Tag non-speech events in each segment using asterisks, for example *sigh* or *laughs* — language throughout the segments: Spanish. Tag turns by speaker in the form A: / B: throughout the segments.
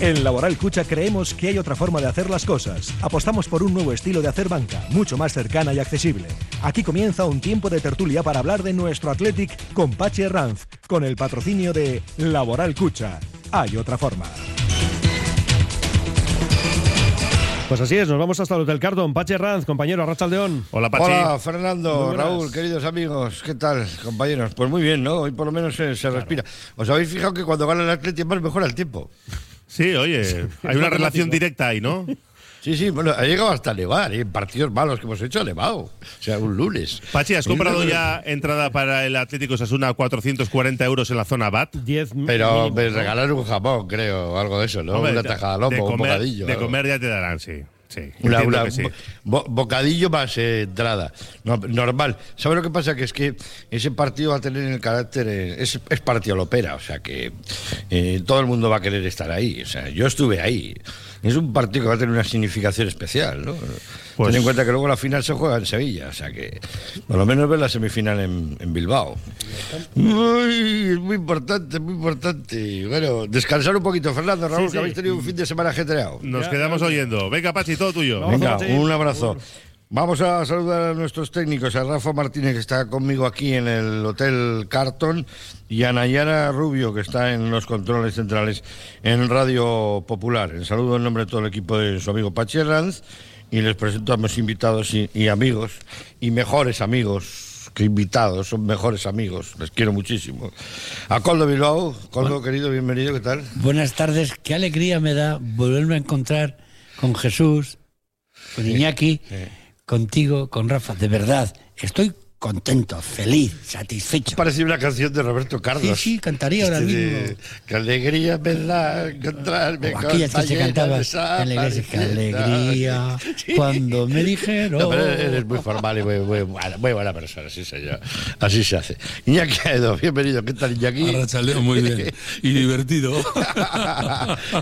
A: En Laboral Cucha creemos que hay otra forma de hacer las cosas. Apostamos por un nuevo estilo de hacer banca, mucho más cercana y accesible. Aquí comienza un tiempo de tertulia para hablar de nuestro Athletic con Pache Ranz, con el patrocinio de Laboral Cucha. Hay otra forma.
B: Pues así es, nos vamos hasta el Hotel Cardón. Pache Ranz, compañero, Arrachaldeón.
C: Hola, Pachi.
D: Hola, Fernando, Raúl, queridos amigos, ¿qué tal, compañeros? Pues muy bien, ¿no? Hoy por lo menos se, se respira. ¿Os habéis fijado que cuando gana el Atleti más mejora el tiempo?
C: Sí, oye, hay una relación directa ahí, ¿no?
D: Sí, sí, bueno, ha llegado hasta nevar, ¿eh? en partidos malos que hemos hecho ha nevado. O sea, un lunes.
C: Pachi, ¿has
D: Un
C: comprado
D: lunes.
C: ya entrada para el Atlético Sasuna a 440 euros en la zona BAT?
B: 10
D: Pero me regalaron un jamón, creo, o algo de eso, ¿no?
C: Hombre,
D: una
C: de-
D: tajada de lomo,
C: de
D: un
C: comer,
D: bocadillo.
C: De
D: algo.
C: comer ya te darán, sí. sí
D: Una-
C: entiendo
D: una-
C: que sí.
D: bo- bocadillo más eh, entrada. No- normal. ¿Sabes lo que pasa? Que es que ese partido va a tener el carácter. eh, es, es partido lopera, o sea que eh, todo el mundo va a querer estar ahí. O sea, yo estuve ahí. Es un partido que va a tener una significación especial, ¿no?
C: Pues-
D: Ten en cuenta que luego la final se juega en Sevilla, o sea que por lo menos ver la semifinal en, en Bilbao. Uy, es muy importante, muy importante. Y Bueno, descansar un poquito, Fernando, Raúl,
B: Sí, sí.
D: que habéis tenido un fin de semana ajetreado.
C: Nos
B: Ya,
C: quedamos oyendo. Venga, Pachi, todo tuyo.
B: Vamos
D: Venga,
B: a seguir.
D: un abrazo. Vamos a saludar a nuestros técnicos, a Rafa Martínez, que está conmigo aquí en el Hotel Carton, y a Nayara Rubio, que está en los controles centrales en Radio Popular. El saludo en nombre de todo el equipo de su amigo Pachi Herranz, y les presento a mis invitados y, y amigos, y mejores amigos que invitados, son mejores amigos, les quiero muchísimo. A Coldo Bilbao, Coldo, querido, bienvenido, ¿qué tal?
E: Buenas tardes, qué alegría me da volverme a encontrar con Jesús, con Iñaki, contigo, con Rafa. De verdad, estoy contento, feliz, satisfecho.
D: Parece una canción de Roberto
E: Sí,
D: Carlos.
E: sí, cantaría ahora
D: Este
E: mismo.
D: de, Qué alegría me da encontrarme
E: O aquellas que se
D: compañera
E: cantaba
D: de
E: en la iglesia, qué
D: Samaritana". *laughs*
E: alegría, cuando me dijeron...
D: No, pero eres muy formal y muy, muy buena, muy buena persona, sí señor. Así se hace. Iñaki Aedo, bienvenido. ¿Qué tal, Iñaki?
F: Arrachaleo muy bien. Y divertido.
D: *laughs*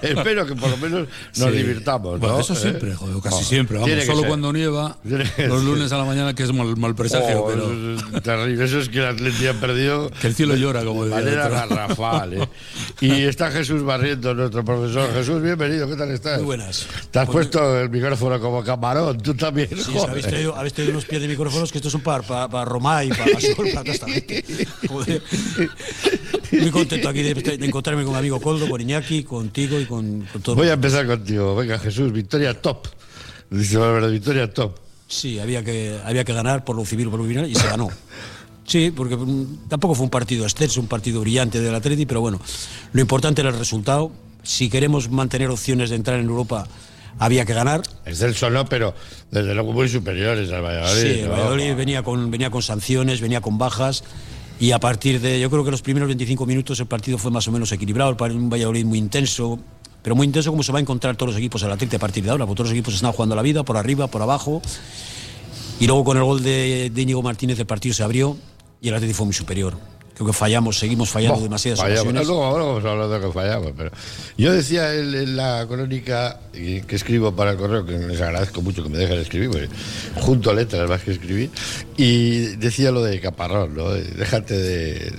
D: Espero que por lo menos nos
F: Sí.
D: divirtamos, ¿no?
F: Bueno, eso siempre,
D: ¿Eh?
F: joder, casi
D: Oh,
F: siempre. Vamos,
D: tiene que
F: solo
D: ser.
F: cuando nieva,
D: Tiene que
F: los
D: ser.
F: lunes a la mañana, que es mal, mal presagio,
D: Oh,
F: pero
D: eso es terrible. Eso es que el Atleti ha perdido.
F: Que el cielo
D: de-
F: llora, como
D: de
F: diría
D: manera
F: el otro.
D: garrafal. ¿eh? Y está Jesús Barrientos, nuestro profesor. Jesús, bienvenido. ¿Qué tal estás?
G: Muy buenas. Pues
D: Te has puesto el micrófono como camarón. Tú también.
G: Sí,
D: joder.
G: habéis, traído, habéis traído unos pies de micrófonos que estos son para, para, para Romay, para Gasol, *laughs* para toda esta gente. Joder. Muy contento aquí de, de encontrarme con mi amigo Coldo, con Iñaki, contigo y con, con todo el
D: Voy a
G: mundo.
D: empezar contigo. Venga, Jesús, victoria top. Dice Valverde, victoria top.
G: Sí, había que, había que ganar por lo civil, por lo criminal y se ganó. Sí, porque mm, tampoco fue un partido extenso, un partido brillante del Atleti, pero bueno, lo importante era el resultado. Si queremos mantener opciones de entrar en Europa, había que ganar.
D: Excelso no, pero desde luego muy superiores al Valladolid.
G: Sí, el
D: ¿no?
G: Valladolid venía con, venía con sanciones, venía con bajas. Y a partir de, yo creo que los primeros 25 minutos el partido fue más o menos equilibrado, el- un Valladolid muy intenso, pero muy intenso como se va a encontrar todos los equipos al Atleti a partir de ahora, porque todos los equipos están jugando la vida, por arriba, por abajo. Y luego con el gol de, de Íñigo Martínez el partido se abrió y el Atleti fue muy superior. Creo que fallamos, seguimos fallando
D: Bo,
G: demasiadas
D: fallamos.
G: ocasiones.
D: Luego, ahora vamos a hablar de que fallamos. Pero yo decía en, en la crónica eh, que escribo para el correo, que les agradezco mucho que me dejen escribir, porque junto a letras más que escribir, y decía lo de Caparrón, ¿no? Eh, Déjate de,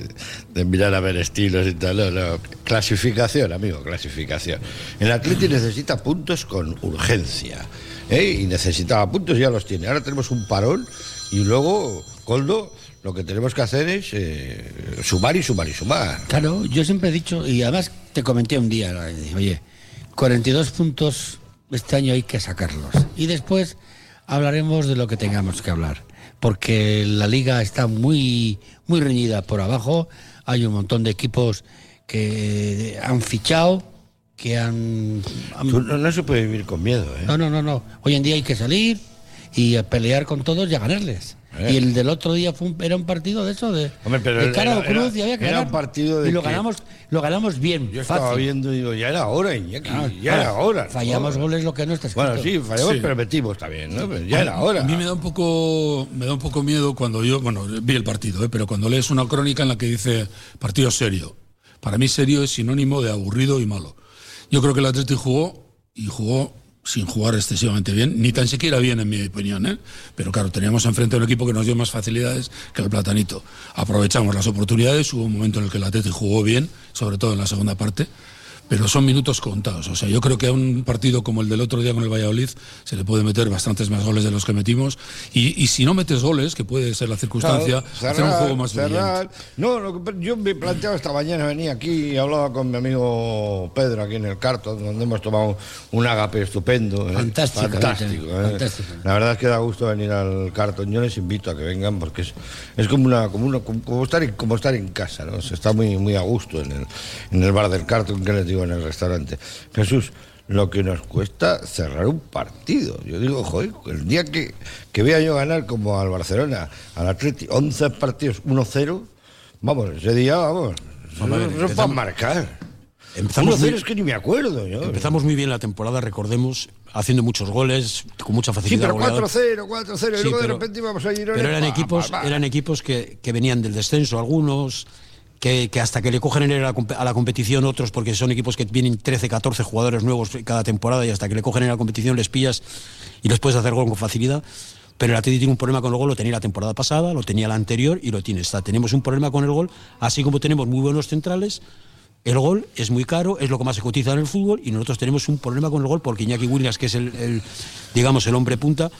D: de mirar a ver estilos y tal. no, no. Clasificación, amigo, clasificación. El Atleti necesita puntos con urgencia. ¿eh? Y necesitaba puntos, ya los tiene. Ahora tenemos un parón y luego, Coldo. Lo que tenemos que hacer es eh, sumar y sumar y sumar.
E: Claro, yo siempre he dicho, y además te comenté un día, dije, oye, 42 puntos este año hay que sacarlos. Y después hablaremos de lo que tengamos que hablar, porque la liga está muy, muy reñida por abajo, hay un montón de equipos que han fichado, que han... han-
D: Tú no, no se puede vivir con miedo, ¿eh?
E: no,
F: Ah,
E: no, no, no, hoy en día hay que salir y a pelear con todos y a ganarles.
D: Eh.
E: Y el del otro día fue un- era un partido de eso, de,
D: Hombre, pero
E: de
D: era-
E: cara o
D: era-
E: cruz y había que
D: era
E: ganar.
D: un partido de
E: y lo
D: que-
E: ganamos, lo ganamos bien,
D: Yo estaba
E: fácil.
D: viendo y digo, ya era hora, Iñaki, ya
E: Ahora,
D: era hora.
E: Fallamos
D: ¿no?
E: goles lo que no está escrito.
D: Bueno, sí, fallamos,
F: Sí.
D: pero metimos también, ¿no? Pero ya era hora.
F: A mí me da un poco, me da un poco miedo cuando yo, bueno, vi el partido, ¿eh? pero cuando lees una crónica en la que dice partido serio. Para mí serio es sinónimo de aburrido y malo. Yo creo que el Atleti jugó y jugó sin jugar excesivamente bien, ni tan siquiera bien en mi opinión, ¿eh? pero claro, teníamos enfrente un equipo que nos dio más facilidades que el Platanito. Aprovechamos las oportunidades, hubo un momento en el que el Atleti jugó bien, sobre todo en la segunda parte, pero son minutos contados. O sea, yo creo que a un partido como el del otro día con el Valladolid se le puede meter bastantes más goles de los que metimos. Y, y si no metes goles, que puede ser la circunstancia,
D: Cerrar,
F: hacer un juego más
D: cerrar.
F: brillante.
D: No, lo que- yo me planteaba esta mañana, venía aquí y hablaba con mi amigo Pedro aquí en el Carto, donde hemos tomado un agape estupendo. ¿eh?
E: Fantástico,
D: Fantástico,
E: ¿eh?
D: ¿eh?
E: Fantástico.
D: La verdad es que da gusto venir al Cartón. Yo les invito a que vengan porque es, es como una, como una- como estar en, como estar en casa, ¿no? Se está muy, muy a gusto en el, en el bar del Cartón, que les digo en el restaurante. Jesús, lo que nos cuesta cerrar un partido. Yo digo, joder, el día que, que vea yo ganar como al Barcelona, al Atleti, 11 partidos 1-0, vamos, ese día, vamos, eso
G: Vamos a ver,
D: no es para
G: empezamos-
D: marcar.
G: Empezamos
D: 1-0
G: muy-
D: es que ni me acuerdo yo.
G: Empezamos muy bien la temporada, recordemos, haciendo muchos goles, con mucha
D: Sí,
G: facilidad.
D: pero
G: goleadora.
D: 4-0, 4-0, y
G: Sí,
D: luego de
G: pero-
D: repente íbamos a Girona.
G: Pero eran
D: pa,
G: equipos,
D: pa, pa.
G: eran equipos que, que venían del descenso, algunos, que, que hasta que le cogen en la, compe- a la competición otros, porque son equipos que tienen 13, 14 jugadores nuevos cada temporada y hasta que le cogen en la competición les pillas y les puedes hacer gol con facilidad. Pero el Atleti tiene un problema con el gol, lo tenía la temporada pasada, lo tenía la anterior y lo tiene esta. Tenemos un problema con el gol, así como tenemos muy buenos centrales. El gol es muy caro, es lo que más se cotiza en el fútbol y nosotros tenemos un problema con el gol porque Iñaki Williams, que es el, el, digamos, el hombre punta,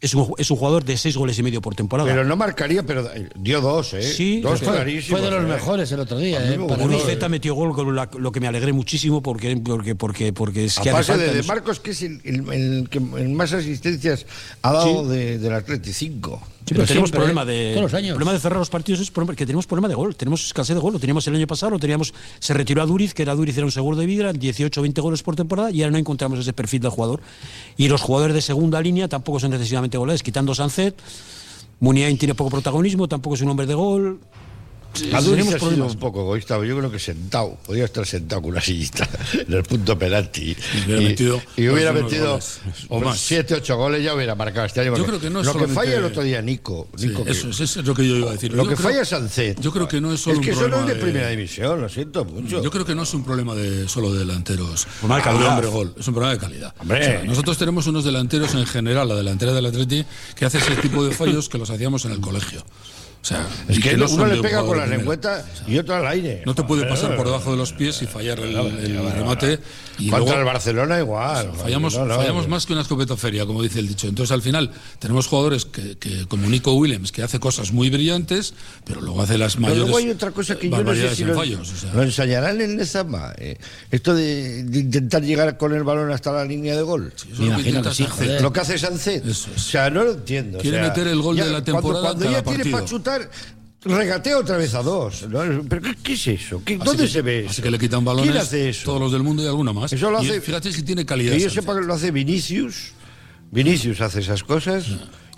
G: es un, es un jugador de seis goles y medio por temporada.
D: Pero no marcaría, pero dio dos, ¿eh?
G: Sí,
D: dos
G: pero fue-
D: clarísimos.
E: Fue de los
D: ¿eh?
E: mejores el otro día,
D: A mí
E: ¿eh?
D: me
E: Para
D: gustó,
E: mí.
D: eh.
G: Uniceta metió gol, con la- lo que me alegré muchísimo porque, porque, porque, porque es
D: A
G: que hace
D: pase
G: falta
D: de, de
G: nos-
D: Marcos, que es el, el- el que en más asistencias ha dado de, del Atleti, cinco.
G: pero
E: pero
G: tenemos
E: siempre,
G: problema
E: ¿eh?
G: de
E: Todos los años.
G: problema de cerrar los partidos es problema- que tenemos problema de gol, tenemos escasez de gol, lo teníamos el año pasado, lo teníamos se retiró a Duriz, que era Duriz era un seguro de vida, eran 18 20 goles por temporada y ahora no encontramos ese perfil del jugador. Y los jugadores de segunda línea tampoco son necesariamente goles, quitando Sancet, Muniain tiene poco protagonismo, tampoco es un hombre de gol.
D: A Duriz
G: Tenemos
D: ha sido un poco egoísta, pero yo creo que sentado, podía estar sentado con una sillita *laughs* en el punto penalti.
F: Y hubiera metido,
D: y hubiera
F: pues, unos
D: metido
F: goles, o
D: pues,
F: más.
D: siete, ocho goles, ya hubiera marcado este año.
F: Yo
D: porque
F: creo que no es
D: Lo que
F: solamente-
D: falla el otro día Nico.
F: Sí,
D: Nico, que-
F: eso, es- eso es lo que yo iba a decir.
D: Lo
F: Yo
D: que
F: creo-
D: falla es Sancet.
F: Yo creo que no es solo
D: Es que
F: un
D: solo es
F: problema
D: de,
F: de-
D: primera división, lo siento mucho.
F: Yo creo que no es un problema de solo delanteros.
G: Por mal
F: Ah,
G: calidad.
F: de hombre gol. Es un problema de calidad.
D: Hombre.
F: O sea, nosotros tenemos unos delanteros en general, la delantera del Atleti, que hace ese tipo de fallos que los hacíamos en el colegio. O sea,
D: Es
F: y
D: que,
F: no
D: uno
F: son de
D: le
F: un
D: pega
F: jugador
D: con la
F: de primera.
D: lengüeta y otro al aire.
F: No te puede pasar por debajo de los pies y fallar el, el remate. Y
D: Contra
F: luego-
D: el Barcelona igual.
F: Fallamos,
D: No, no,
F: fallamos
D: no.
F: más que una escopeta feria, como dice el dicho. Entonces, al final, tenemos jugadores que, que, como Nico Williams, que hace cosas muy brillantes, pero luego hace las
D: Pero
F: mayores.
D: luego hay otra cosa que yo no sé
F: barbaridades
D: si
F: en
D: lo,
F: fallos, o sea.
D: lo enseñarán en Nezama. eh, esto de, de intentar llegar con el balón hasta la línea de gol.
F: Eso es lo que
E: imagino que
F: intentas
E: sí,
F: hacer.
E: joder.
D: Lo que hace Sancet.
F: eh. Eso es.
D: O sea, no lo entiendo. o
F: Quiere
D: sea,
F: meter el gol
D: ya
F: de la
D: cuando-
F: temporada
D: Cuando,
F: cada
D: ya tiene
F: partido.
D: para chutar, regatea otra vez a dos. ¿no? ¿Pero qué, qué es eso? ¿Qué-
F: Así
D: ¿Dónde
F: que-
D: se ve
F: Así
D: eso?
F: que le quitan balones
D: ¿Quién hace eso?
F: todos los del mundo y alguna más.
D: Eso lo
F: Y
D: hace-
F: fíjate si tiene calidad.
D: que yo
F: Sánchez.
D: sepa que lo hace Vinicius. Vinicius hace esas cosas.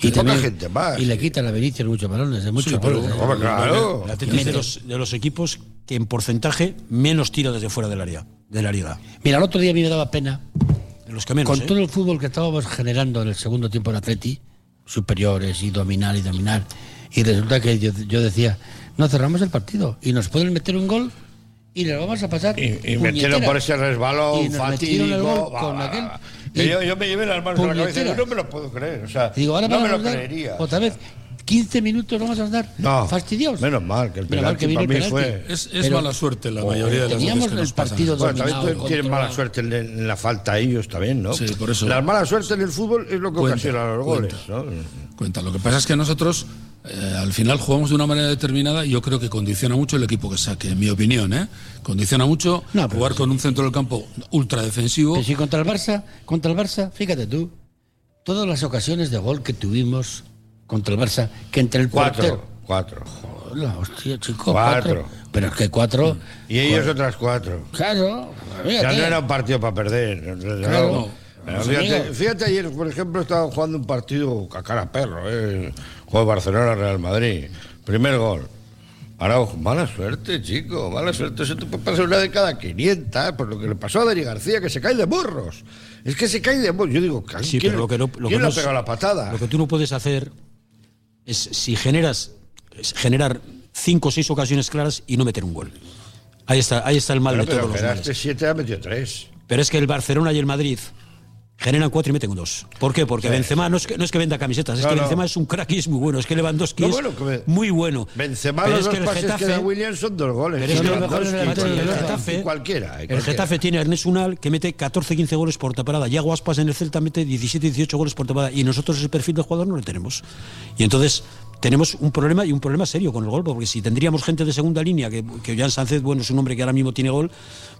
D: Y, poca
E: también-
D: gente más.
E: Ah. Y le quitan a Vinicius muchos balones, de muchos
F: Sí, pero-
E: balones.
D: Hombre, claro.
G: El Atleti es de los, de los equipos que en porcentaje menos tira desde fuera del área, de la liga.
E: eh. Mira, el otro día a mí me daba pena,
G: De los que menos.
E: con
G: ¿eh?
E: todo el fútbol que estábamos generando en el segundo tiempo en Atleti, superiores y dominar y dominar, y resulta que yo, yo decía, no cerramos el partido y nos pueden meter un gol y le vamos a pasar.
D: Y, y
E: puñetera.
D: metieron por ese
E: Y
D: resbalón
E: nos metieron el
D: fatídico.
E: gol
D: va,
E: con
D: va,
E: aquel-
D: va.
E: y
D: Que yo, yo me llevé las manos a la cabeza y digo,
E: puñetera.
D: no me lo puedo creer. O sea,
E: Y digo, ahora
D: no me
E: vamos
D: lo
E: a dar
D: creería.
E: Otra vez, 15 minutos vamos a dar.
D: No.
E: Fastidiados.
D: Menos mal que el
E: Menos mal
D: penalti para mí fue.
F: Es, es
E: Pero
F: mala suerte la mayoría de las veces
E: teníamos
F: que
E: el
F: nos pasan.
E: partido
D: Bueno, también
E: dominado,
D: tienen mala
E: controlado.
D: suerte en, en la falta ellos también, ¿no?
F: Sí, por eso.
D: La mala suerte en el fútbol es lo que
F: Cuenta,
D: ocasiona los goles, ¿no?
F: Cuenta, lo que pasa es que nosotros eh, al final jugamos de una manera determinada y yo creo que condiciona mucho el equipo que saque, en mi opinión, ¿eh? Condiciona mucho
E: No, pero
F: jugar con un centro del campo ultra defensivo.
E: Pero si Pues contra el Barça, contra el Barça, fíjate tú, todas las ocasiones de gol que tuvimos contra el Barça, que entre el
D: Cuatro,
E: portero.
D: cuatro.
E: Hola, hostia, chico,
D: Cuatro.
E: cuatro. Pero es que cuatro.
D: Y ellos otras cuatro.
E: Claro,
D: O sea,
E: fíjate.
D: no era un partido para perder. desde
E: Claro.
D: luego.
E: No,
D: Pero fíjate,
E: amigo.
D: fíjate, ayer, por ejemplo, estaba jugando un partido a cara a perro. ¿eh? Juego Barcelona-Real Madrid. Primer gol. Araujo, mala suerte, chico, mala suerte. Eso te puede pasar una de cada 500, por lo que le pasó a Dani García, que se cae de burros. Es que se cae de burros. Yo digo, ¿quién,
G: Sí, pero lo que no- lo
D: quién
G: que no
D: le ha
G: es-
D: pegado la patada?
G: Lo que tú no puedes hacer es si generas es generar cinco o seis ocasiones claras y no meter un gol. Ahí está, ahí está el mal
D: Bueno,
G: de
D: pero
G: todos los
D: ganaste
G: males.
D: 7, ha metido 3.
G: Pero es que el Barcelona y el Madrid Generan cuatro y meten dos. ¿Por qué? Porque Benzema no es, que, no es que venda camisetas, es
D: No,
G: que
D: no.
G: Benzema es un crack y es muy bueno. Es que Lewandowski
D: No,
G: es
D: bueno, que me-
G: muy bueno.
D: Benzema,
G: Pero
D: los
G: es
D: dos
G: que el
D: pases que da
G: Getafe-
D: Williams son dos goles.
G: Pero es que
D: Son
G: los mejores
D: Lewandowski,
G: delanteros del
D: cualquiera,
G: Getafe-
D: cualquiera,
G: El
D: cualquiera.
G: Getafe tiene a Ernest Unal que mete 14-15 goles por temporada. Yago Aspas en el Celta mete 17-18 goles por temporada. Y nosotros ese perfil de jugador no lo tenemos. Y entonces tenemos un problema y un problema serio con el gol. Porque si tendríamos gente de segunda línea, que, que Jan Sánchez, bueno, es un hombre que ahora mismo tiene gol,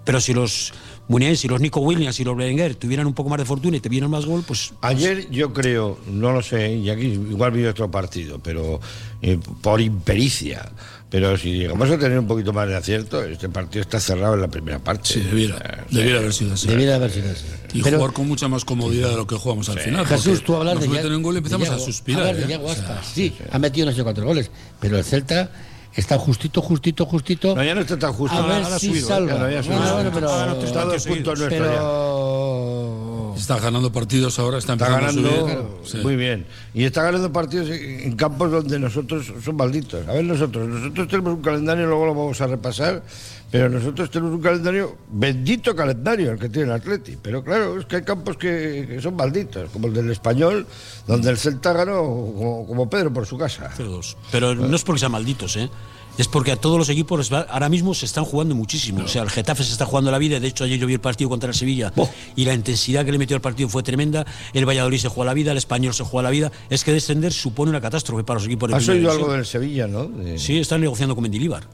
G: pero si los Muniain, si los Nico Williams, si los Berenguer tuvieran un poco más de fortuna y te vieran más gol, pues
D: Ayer yo creo, no lo sé, y aquí igual vi otro partido, pero eh, por impericia. Pero si llegamos a tener un poquito más de acierto, este partido está cerrado en la primera parte.
F: Eh, Sí, debiera, debiera haber sido así.
E: Debiera haber sido así.
F: Y
E: Pero,
F: jugar con mucha más comodidad de lo que jugamos al final.
E: Jesús,
F: porque
E: tú hablas
F: nos
E: de.
F: meten un gol y empezamos
E: Yago-
F: a suspirar.
E: hablas de
F: ¿eh?
E: Yago
F: O sea,
E: Aspas. Sí, ha metido no sé cuántos goles, pero el Celta está justito, justito, justito.
D: No, ya no está tan justo.
E: A ver
D: Ahora ha
E: si
D: subido,
E: salva.
D: ya no, ya ha
E: No,
D: subido.
E: no, bueno, pero-
D: Ahora está a dos puntos nuestro ya.
E: pero.
F: Está ganando partidos ahora, está
D: Está
F: empezando
D: ganando
F: a subir. Sí.
D: muy bien. Y está ganando partidos en campos donde nosotros son malditos. A ver, nosotros. Nosotros tenemos un calendario, luego lo vamos a repasar. Pero nosotros tenemos un calendario, bendito calendario el que tiene el Atleti. Pero claro, es que hay campos que, que son malditos, como el del Español, donde el Celta ganó como, como Pedro por su casa.
G: 0-2. Pero no es porque sean malditos, ¿eh? Es porque a todos los equipos les va- ahora mismo se están jugando muchísimo. O sea, el Getafe se está jugando la vida. De hecho, ayer yo vi el partido contra el Sevilla y la intensidad que le metió al partido fue tremenda. El Valladolid se juega la vida, el Español se juega la vida. Es que descender supone una catástrofe para los equipos de
D: Has
G: primera
D: oído
G: división.
D: algo del Sevilla, ¿no? De-
G: Sí, están negociando con Mendilibar.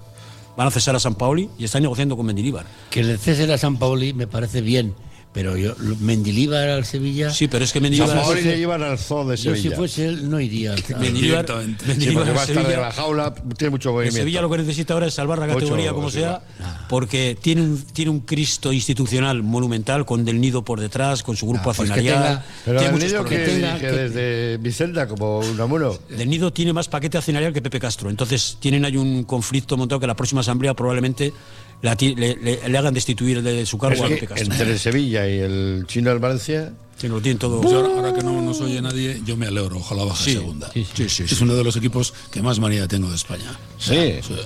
G: Van a cesar a San Paoli y están negociando con Mendilibar.
E: Que le cese a San Paoli me parece bien, pero yo Mendilíbar al Sevilla.
G: Sí, pero es que
D: A
G: Mendilibar.
D: favor y le llevan al zoo de
E: yo si
D: Sevilla.
E: fuese él no iría. al- al-
G: Mendilibar,
F: Directamente.
D: Sí,
G: Mendilibar
D: porque
G: al
D: va a estar de
G: Sevilla.
D: la jaula, tiene mucho
G: El
D: movimiento.
G: Sevilla lo que necesita ahora es salvar la
D: Ocho,
G: categoría como
D: sí,
G: sea, porque tiene un, tiene un Cristo institucional monumental con Del Nido por detrás, con su grupo
D: Ah,
E: pues que
G: accionarial.
E: tenga-
D: Pero
G: tiene
D: el
G: muchos
D: niño que
G: problemas.
E: tenga-
D: dirige
E: que-
D: desde Vicenda como un amuno.
G: Del Nido tiene más paquete accionarial que Pepe Castro. Entonces tienen ahí un conflicto montado que la próxima asamblea probablemente la ti- le, le- le hagan destituir de su cargo
D: Es
G: a
D: que
G: Pepe Castro.
D: entre el Sevilla y el chino del Valencia,
G: Que lo tienen todo.
F: Pues ahora, ahora que no nos oye nadie, yo me alegro, ojalá baje
G: Sí,
F: segunda.
G: sí, sí, sí,
F: es uno de los equipos que más manía tengo de España.
D: sí.
F: O sea,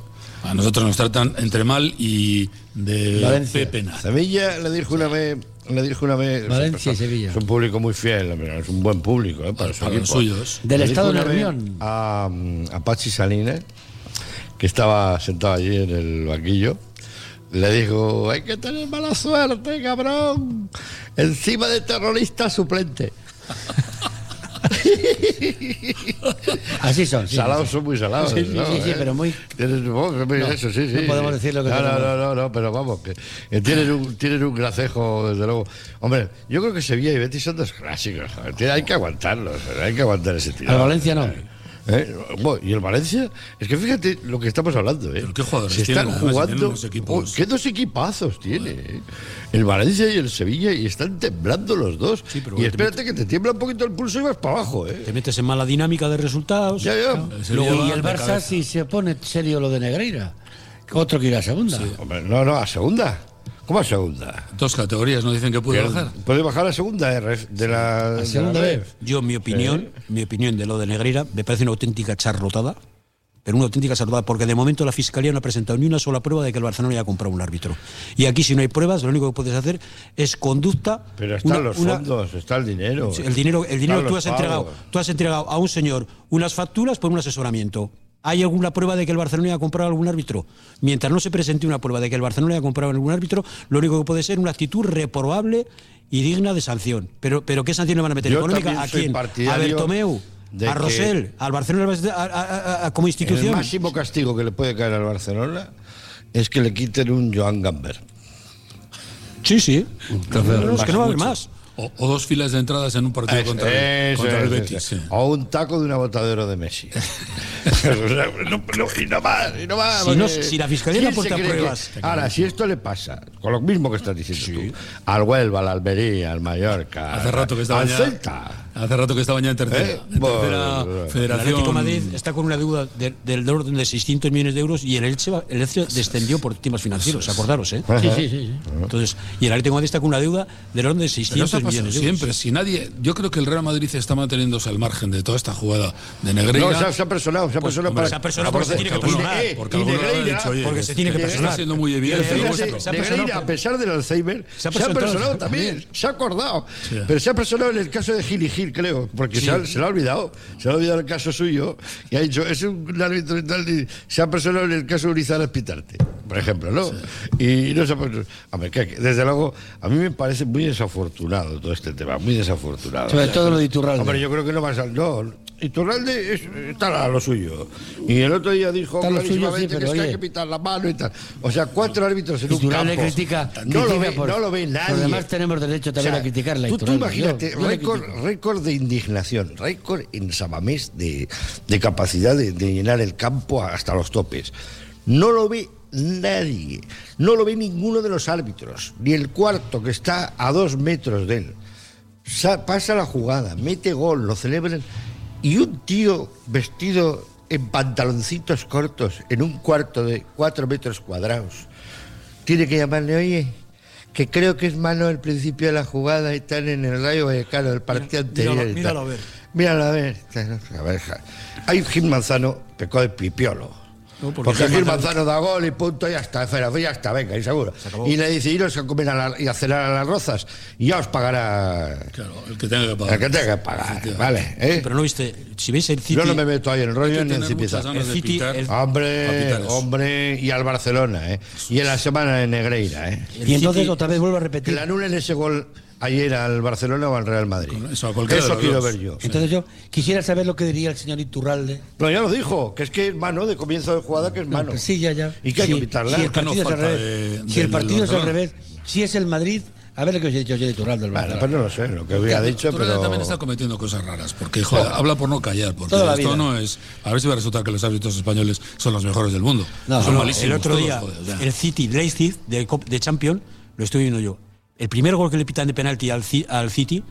F: a nosotros nos tratan entre mal y de
D: Valencia.
F: pepena.
D: Sevilla le dijo una vez, le dijo una vez.
E: Valencia y
D: son-
E: Sevilla.
D: Es un público muy fiel, hombre, es un buen público eh, para, su
F: Para los
D: equipo.
F: suyos.
E: Del
D: Le dijo
E: estado
D: una vez
E: Nervión.
D: A, mm, a Pachi Salinas, que estaba sentado allí en el banquillo. Le dijo, hay que tener mala suerte, cabrón. Encima de terrorista suplente.
E: Así son. sí.
D: salados son muy salados.
E: Sí, sí,
D: ¿no?
E: sí, sí,
D: ¿Eh?
E: pero muy-
D: Tienes- vos, hombre, eso, sí,
E: no
D: sí.
E: podemos decir lo que
D: no, no,
E: tenemos.
D: no, no, no, pero vamos, que, que tienen, un, tienen un gracejo, desde luego. Hombre, yo creo que Sevilla y Betis son dos clásicos. joder, tiene- hay que aguantarlos, joder, hay que aguantar ese tiro.
E: Al Valencia no.
D: ¿Eh? Bueno, Y el Valencia, es que fíjate lo que estamos hablando. ¿eh?
F: Pero qué jugadores
D: Se están
F: tienen, además, si tienen
D: jugando.
F: unos equipos.
D: Oh, ¿Qué dos equipazos tiene? ¿eh? El Valencia y el Sevilla y están temblando los dos.
G: Sí, pero
D: y
G: bueno, te
D: espérate que te tiembla un poquito el pulso y vas para abajo. ¿eh?
G: Te metes en mala dinámica de resultados.
D: Ya, ya.
F: El Sevilla
E: Luego,
F: va
E: y el
F: de
E: Barça,
F: cabeza.
E: si se pone serio lo de Negreira, otro que irá a segunda.
D: Hombre, no, no, a segunda. ¿Cómo a segunda?
F: Dos categorías nos dicen que puede bajar.
D: Puede bajar a segunda eh, ref- de la. de la
E: segunda
D: ref.
E: vez.
G: Yo, mi opinión,
D: ¿eh?
G: mi opinión de lo de Negreira, me parece una auténtica charrotada, pero una auténtica charrotada, porque de momento la Fiscalía no ha presentado ni una sola prueba de que el Barcelona haya comprado un árbitro. Y aquí, si no hay pruebas, lo único que puedes hacer es conducta.
D: Pero están
G: una-
D: los
G: una-
D: fondos, está el dinero.
G: el dinero, el dinero
D: Están
G: tú
D: los
G: has entregado,
D: pagos.
G: tú has entregado a un señor unas facturas por un asesoramiento. ¿Hay alguna prueba de que el Barcelona haya comprado algún árbitro? Mientras no se presente una prueba de que el Barcelona haya comprado algún árbitro, lo único que puede ser una actitud reprobable y digna de sanción. Pero, pero ¿qué sanción le van a meter?
D: Yo
G: ¿Económica?
D: también
G: ¿A
D: soy
G: quién? ¿A
D: partidario
G: Bertomeu?
D: de
G: ¿A
D: que-
G: Rosell? ¿Al Barcelona a- a- a- a- como
D: El
G: institución?
D: máximo castigo que le puede caer al Barcelona es que le quiten un Joan Gamber.
G: Sí, sí. No, no, es que no va a haber
F: Mucho.
G: más.
F: O, o dos filas de entradas en un partido contra, el-
D: Eso
F: contra el
D: es,
F: Betis.
D: eso es.
F: sí.
D: O un taco de una botadera de Messi. *laughs* No, no, y no más, y no más,
G: Si no-
D: porque-
G: si la fiscalía no
D: ¿Quién
G: ha puesto
D: se cree
G: pruebas?
D: que- ahora, si esto le pasa, con lo mismo que estás diciendo tú, al Huelva, al Almería, al Mallorca,
F: Hace rato que estaba
D: al
F: ya.
D: Celta.
F: Hace rato que estaba ya en tercera.
D: Eh,
F: En tercera
D: bueno,
G: El
F: federación.
G: Atlético de Madrid está con una deuda de- del orden de 600 millones de euros y el Elche, va- el Elche descendió por temas financieros, acordaros, ¿eh?
E: Sí, sí, sí. sí.
G: Entonces, y el Atlético de Madrid está con una deuda del orden de
F: Pero eso ha
G: 600
F: pasado
G: millones de euros.
F: siempre. Si nadie, yo creo que el Real Madrid está manteniéndose al margen de toda esta jugada de
D: No,
F: Negreira.
D: se ha, se ha personado, se esa
G: Pues,
D: persona
G: hombre,
D: para.
G: esa persona porque se tiene que
D: alguno-
G: personar,
D: eh,
F: porque
D: y
F: alguno lo ha
D: Negreira-
F: dicho, oye,
G: porque se tiene que
F: está
G: personar.
F: siendo muy evidente,
G: Y Negreira
F: luego se-
D: Negreira,
G: se ha
D: Negreira,
G: personado.
D: a pesar del Alzheimer,
G: Se
D: se
G: ha
D: ha
G: personado.
D: personado también, se ha acordado.
F: Sí.
D: Pero se ha personado en el caso de Gil y Gil, creo, porque se, ha- se lo ha olvidado. Se le ha olvidado el caso suyo y ha dicho, es un árbitro y tal, y se ha personado en el caso de Urizar Pitarte, por ejemplo, ¿no? Y no se ha personado. A ver, que- que, desde luego, a mí me parece muy desafortunado todo este tema, muy desafortunado.
E: Sobre todo lo de Iturralde.
D: Hombre, yo creo que no va a salir. No, Iturralde es, está a lo suyo. Y el otro día dijo
E: Está a lo suyo, sí,
D: clarísimamente que
E: pero,
D: es que hay
E: oye.
D: que pitar la mano y tal. O sea, cuatro árbitros en un
E: Iturralde
D: campo.
E: critica,
D: no, lo
E: critica
D: ve,
E: por-
D: no lo ve
E: por
D: nadie.
E: demás tenemos derecho también a criticarla,
D: Tú, tú
E: Iturralde,
D: imagínate,
E: yo- yo la
D: récord,
E: critico.
D: récord de indignación, récord en Sabamés de, de capacidad de, de llenar el campo hasta los topes. No lo ve nadie, no lo ve ninguno de los árbitros, ni el cuarto que está a dos metros de él. Sa- pasa la jugada, mete gol, lo celebran. Y un tío vestido en pantaloncitos cortos, en un cuarto de cuatro metros cuadrados, tiene que llamarle, oye, que creo que es mano al principio de la jugada y están en el Rayo Vallecano, el partido
G: Mira-
D: anterior. y
G: míralo-
D: tal.
G: míralo a ver.
D: Míralo a ver. A ver, ja. Ahí Gil Manzano pecó de pipiolo.
G: No, porque
D: porque
G: Gil
D: Gil
G: Manzano-
D: Manzano da gol y punto, ya está, fuera, pues ya está, venga, y seguro.
G: acabó.
D: Y le dice, iros a comer a la- y a cenar a las rozas, y ya os pagará
F: Claro, el que tenga que
D: la
F: pagar.
D: que tenga que pagar, ¿vale. ¿eh?
G: Pero no viste, si veis el City,
D: Yo no me meto ahí en el rollo
F: Hay que
D: ni en
F: tener
D: Cipiza.
F: muchas ganas
G: El
F: de
G: City,
F: pitar.
G: el-
D: Hombre,
F: Capitales.
D: hombre, y al Barcelona, ¿eh? Y en la semana de Negreira, ¿eh?
G: el
E: Y entonces
G: City-
E: otra vez vuelvo a
D: Que
E: repetir.
D: le anulen ese gol ayer al Barcelona o al Real Madrid.
F: Con eso, a cualquiera de los
D: quiero
F: dos.
D: ver yo.
E: Entonces yo quisiera saber lo que diría el señor Iturralde.
D: Pero ya lo dijo, que es que es mano de comienzo de jugada, que es mano.
E: Pues sí, ya, ya.
D: Y que hay
E: Sí,
D: que pitarla.
E: Si el
F: ¿Por qué no
E: partido es al
F: falta
E: revés,
F: de-
E: si el
F: del
E: partido es al
F: Barcelona?
E: revés, si es el Madrid, a ver lo que os he dicho yo de Iturralde. del
D: Bueno,
E: Barcelona.
D: pues no lo sé, lo que hubiera dicho,
F: Torreira
D: pero.
F: también está cometiendo cosas raras, porque joder, habla por no callar, porque
E: Toda la
F: esto
E: vida.
F: no es. A ver si va a resultar que los árbitros españoles son los mejores del mundo.
E: No,
F: son
E: no,
F: malísimos.
G: el otro
F: todos,
G: día,
F: joder, o sea.
G: el City Leipzig de, Cop- de Champions, lo estoy viendo yo. El primer gol que le pitan de penalti al, Ci- al City,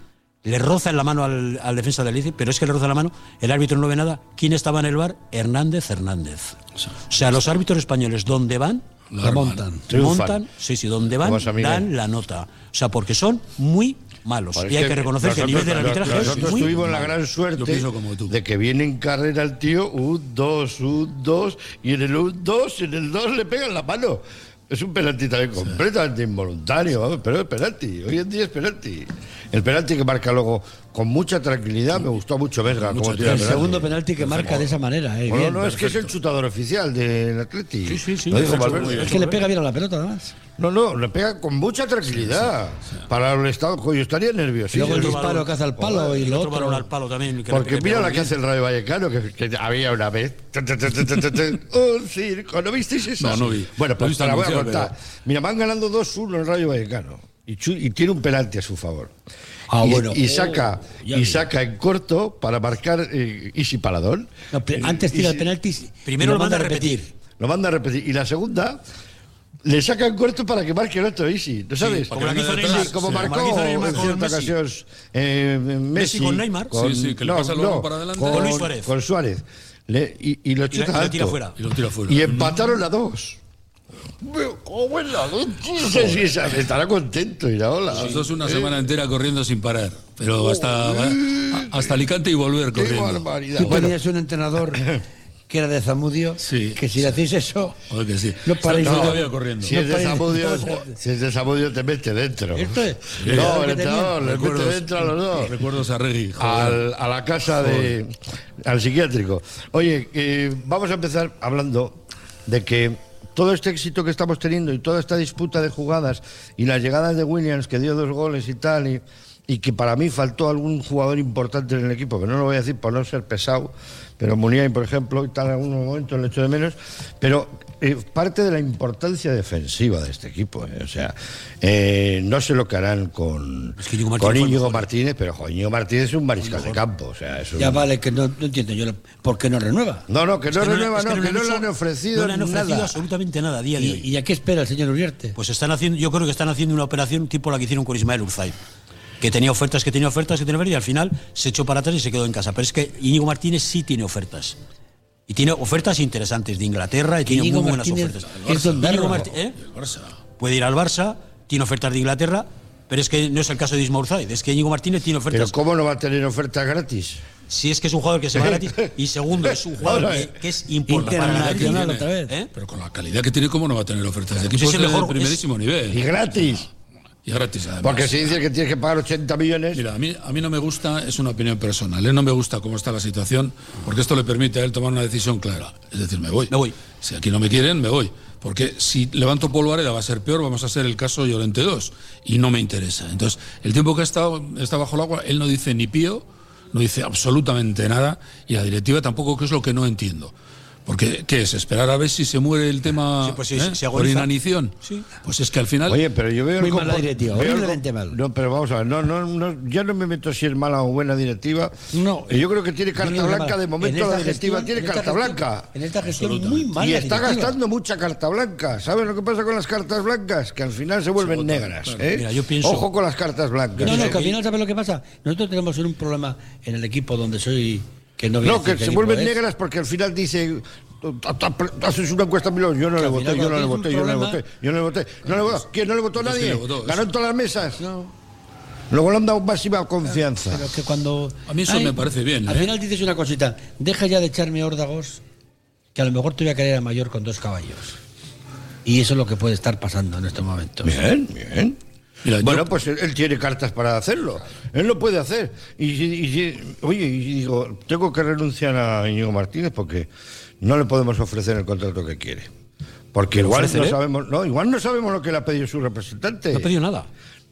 G: le roza en la mano al, al defensa del Leipzig, pero es que le roza la mano, el árbitro no ve nada. ¿Quién estaba en el bar? Hernández Hernández. O sea, los árbitros españoles, ¿dónde van?
F: La
G: montan.
F: arman.
D: Triunfan.
G: Montan, sí, sí, donde van,
D: Vamos a Miguel.
G: dan la nota. O sea, porque son muy malos.
D: Joder,
G: Pues y hay
D: Pues es
G: que reconocer que el nivel
D: nosotros-
G: del arbitraje es
D: Nosotros
G: muy
D: tuvimos la
G: malo.
D: gran
F: Yo
D: suerte
F: pienso como tú.
D: de que viene en carrera el tío, un, dos, un, dos, y en el un, dos, en el dos le pegan la mano. Es un penalti también completamente involuntario, vamos, pero es penalti. Hoy en día es penalti. El penalti que marca luego con mucha tranquilidad, me gustó mucho Vesga.
F: Mucha
D: como tira
E: El
F: tranquilidad.
D: penalti.
E: segundo penalti que marca de esa manera. eh,
D: Bueno,
E: bien.
D: no, es que es el chutador oficial del Atleti.
G: Sí, sí, sí,
D: Lo dijo
G: lo ha hecho
D: Valverde.
G: muy bien.
E: Es que le
D: eh.
E: pega bien a la pelota, además.
D: No, no, le pega con mucha tranquilidad. Para el estado, yo estaría nervioso.
E: Y luego el
G: otro
E: disparo
G: balón.
E: que hace al palo y
G: El
E: lo
G: otro balón al
E: otro.
G: palo también. que le-
D: Porque
G: le
D: mira
G: pega
D: la
G: muy
D: que hace el Rayo Vallecano, que, que había una vez. Ta, ta, ta, ta, ta, ta, ta. Un circo, ¿no visteis eso?
F: No, no vi.
D: Bueno,
F: No he
D: pues
F: visto
D: te la voy a
F: anunciar,
D: contar. Mira, van ganando 2-1 el Rayo Vallecano. Y, chu- y tiene un penalti a su favor.
E: Ah,
D: y,
E: bueno.
D: y saca,
E: ya
D: y
E: vi.
D: saca en corto para marcar eh, Isi Paradón.
E: No, pero antes
D: Eh,
E: tira el
D: Isi-
E: penalti. y
G: Primero lo manda a
D: Lo manda a repetir. Y la segunda, le saca en corto para que marque el otro Isi. ¿No sabes?
G: como la que hizo
D: Sí,
G: Neymar.
D: como
G: Sí.
D: marcó
G: Como la que hizo Neymar
D: en
G: con
D: cierta
G: Messi.
D: ocasión eh, Messi,
G: con Neymar.
F: Sí, sí, que le pasa el balón para adelante.
D: Con,
G: Con Luis Suárez.
D: Con Suárez. Le- y, y lo
G: y la
D: chuta
G: tira
D: alto.
G: fuera.
F: Y lo tira fuera.
D: Y empataron a dos. Veo ¿Cómo es la leche. Sí, sí, estará contento y la ola.
F: Los dos una semana entera corriendo sin parar, pero hasta, hasta Alicante y volver
D: Qué
F: corriendo.
D: barbaridad.
E: Tú
D: Bueno,
E: tenías un
G: *laughs*
E: entrenador que era de Zamudio,
F: Sí.
E: que si le hacéis eso,
F: Joder, que sí.
E: No paréis
F: Está
E: de-
F: todavía corriendo.
D: si, es de
E: parece-
D: Samudio, si es de Samudio, te mete dentro.
E: Esto es-
D: No, el
E: Lo que tenía.
D: entrenador le mete
F: Recuerdos.
D: dentro a los dos.
F: Recuerdos a Regui. joder.
D: al- a la casa de al psiquiátrico. Oye, eh, vamos a empezar hablando de que todo este éxito que estamos teniendo y toda esta disputa de jugadas y las llegadas de Williams que dio dos goles y tal y, y que para mí faltó algún jugador importante en el equipo, que no lo voy a decir por no ser pesado, pero Muniain, por ejemplo, y tal en algún momento le echo de menos, pero eh, parte de la importancia defensiva de este equipo, eh, o sea, eh, no sé lo que harán con,
G: Es que Íñigo
D: con
G: Martínez fue el
D: Íñigo
G: mejor.
D: Martínez, pero jo, Íñigo Martínez es un mariscal de campo. O sea, es un-
E: ya vale, que no, no entiendo yo lo- por qué no renueva.
D: No, no, que no
G: Es que
D: renueva,
G: es
D: no, que no le han
G: hecho-
D: ofrecido,
G: no le han ofrecido
D: nada.
G: absolutamente nada a día de hoy.
E: ¿Y, ¿Y a qué espera el señor Uriarte?
G: Pues están haciendo, yo creo que están haciendo una operación tipo la que hicieron con Ismael Urzay. Que tenía ofertas, que tenía ofertas, que tenía ofertas, y al final se echó para atrás y se quedó en casa. Pero es que Íñigo Martínez sí tiene ofertas. Y tiene ofertas interesantes de Inglaterra y tiene
E: Íñigo
G: muy buenas
E: Martínez
G: ofertas.
E: es don
G: Íñigo
E: Darro.
G: Marti- ¿eh?
F: El Barça.
G: Puede ir al Barça, tiene ofertas de Inglaterra, pero es que no es el caso de Ismael Urzay. Es que Íñigo Martínez tiene ofertas.
D: Pero ¿cómo no va a tener ofertas gratis?
G: si es que es un jugador que se va gratis. Y segundo,
D: *laughs*
G: es un jugador
D: eh.
G: que, que es importante para el Atleti.
E: Internacional otra vez.
G: ¿Eh?
F: Pero con la calidad que tiene, ¿cómo no va a tener ofertas de
G: pues
F: equipos
G: es el
F: de
G: mejor-
F: primerísimo
D: Y
F: nivel?
D: gratis.
F: Y gratis, además.
D: Porque si dices que tienes que pagar 80 millones.
F: Mira, a mí, a mí no me gusta, es una opinión personal, ¿eh? no me gusta cómo está la situación, porque esto le permite a él tomar una decisión clara. Es decir, me voy.
G: Me voy.
F: Si aquí no me quieren, me voy. Porque si levanto Polvareda va a ser peor, vamos a ser el caso Llorente 2. Y no me interesa. Entonces, el tiempo que ha estado está bajo el agua, él no dice ni pío, no dice absolutamente nada, y la directiva tampoco, que es lo que no entiendo. Porque, ¿qué es? ¿Esperar a ver si se muere el tema
G: Sí, pues sí,
F: ¿eh?
G: se
F: por
G: agoniza.
F: inanición?
G: Sí.
F: Pues es que al final...
D: Oye, pero yo veo. el
E: Muy
D: compor-
E: mala directiva,
D: veo el
E: horriblemente
D: com-
E: mal.
D: No, pero vamos a ver. No, no, no, yo no me meto si es mala o buena directiva.
E: Pues No.
D: Y Yo creo que tiene
E: Muy
D: carta
E: mal.
D: blanca. De
E: En
D: momento
E: esta
D: la directiva
E: gestión-
D: tiene
E: en esta
D: carta
E: gestión-
D: blanca.
E: En esta gestión muy mala.
D: Y está
E: directiva.
D: gastando mucha carta blanca. ¿Sabes lo que pasa con las cartas blancas? Que al final se vuelven
F: votan,
D: negras.
F: claro.
D: ¿eh?
G: Mira, yo pienso-
D: Ojo con las cartas blancas.
E: No, no,
D: Sí.
E: que al final, ¿sabes lo que pasa? Nosotros tenemos un problema en el equipo donde soy. Que no, voy a
D: No,
E: decir
D: que
E: qué
D: se
E: equipo
D: vuelven
E: es.
D: negras porque al final dice. "Tú, tú, tú, tú Haces una encuesta mil yo no
E: Que
D: le voté,
E: al
D: yo
E: final
D: no
E: cuando
D: le
E: tienes un
D: voté, yo no le
E: problema-
D: voté, yo no le voté. No le voté. ¿Quién no le votó
F: Entonces,
D: nadie?
F: ¿quién le votó?
D: Ganó en
F: Eso.
D: todas las mesas. Luego le han dado máxima confianza.
E: Pero que cuando.
F: A mí eso me parece bien,
E: Al
F: ¿eh?
E: final dices una cosita. Deja ya de echarme órdagos, que a lo mejor te voy a caer a mayor con dos caballos. Y eso es lo que puede estar pasando en este estos momentos.
D: Bien, bien.
F: Mira, yo-
D: bueno, pues él, él tiene cartas para hacerlo. Él lo puede hacer. Y, si- y si- oye, y digo, tengo que renunciar a Íñigo Martínez porque no le podemos ofrecer el contrato que quiere. Porque igual no
G: ofreceré?
D: sabemos, no, igual no sabemos lo que le ha pedido su representante.
G: No ha pedido nada.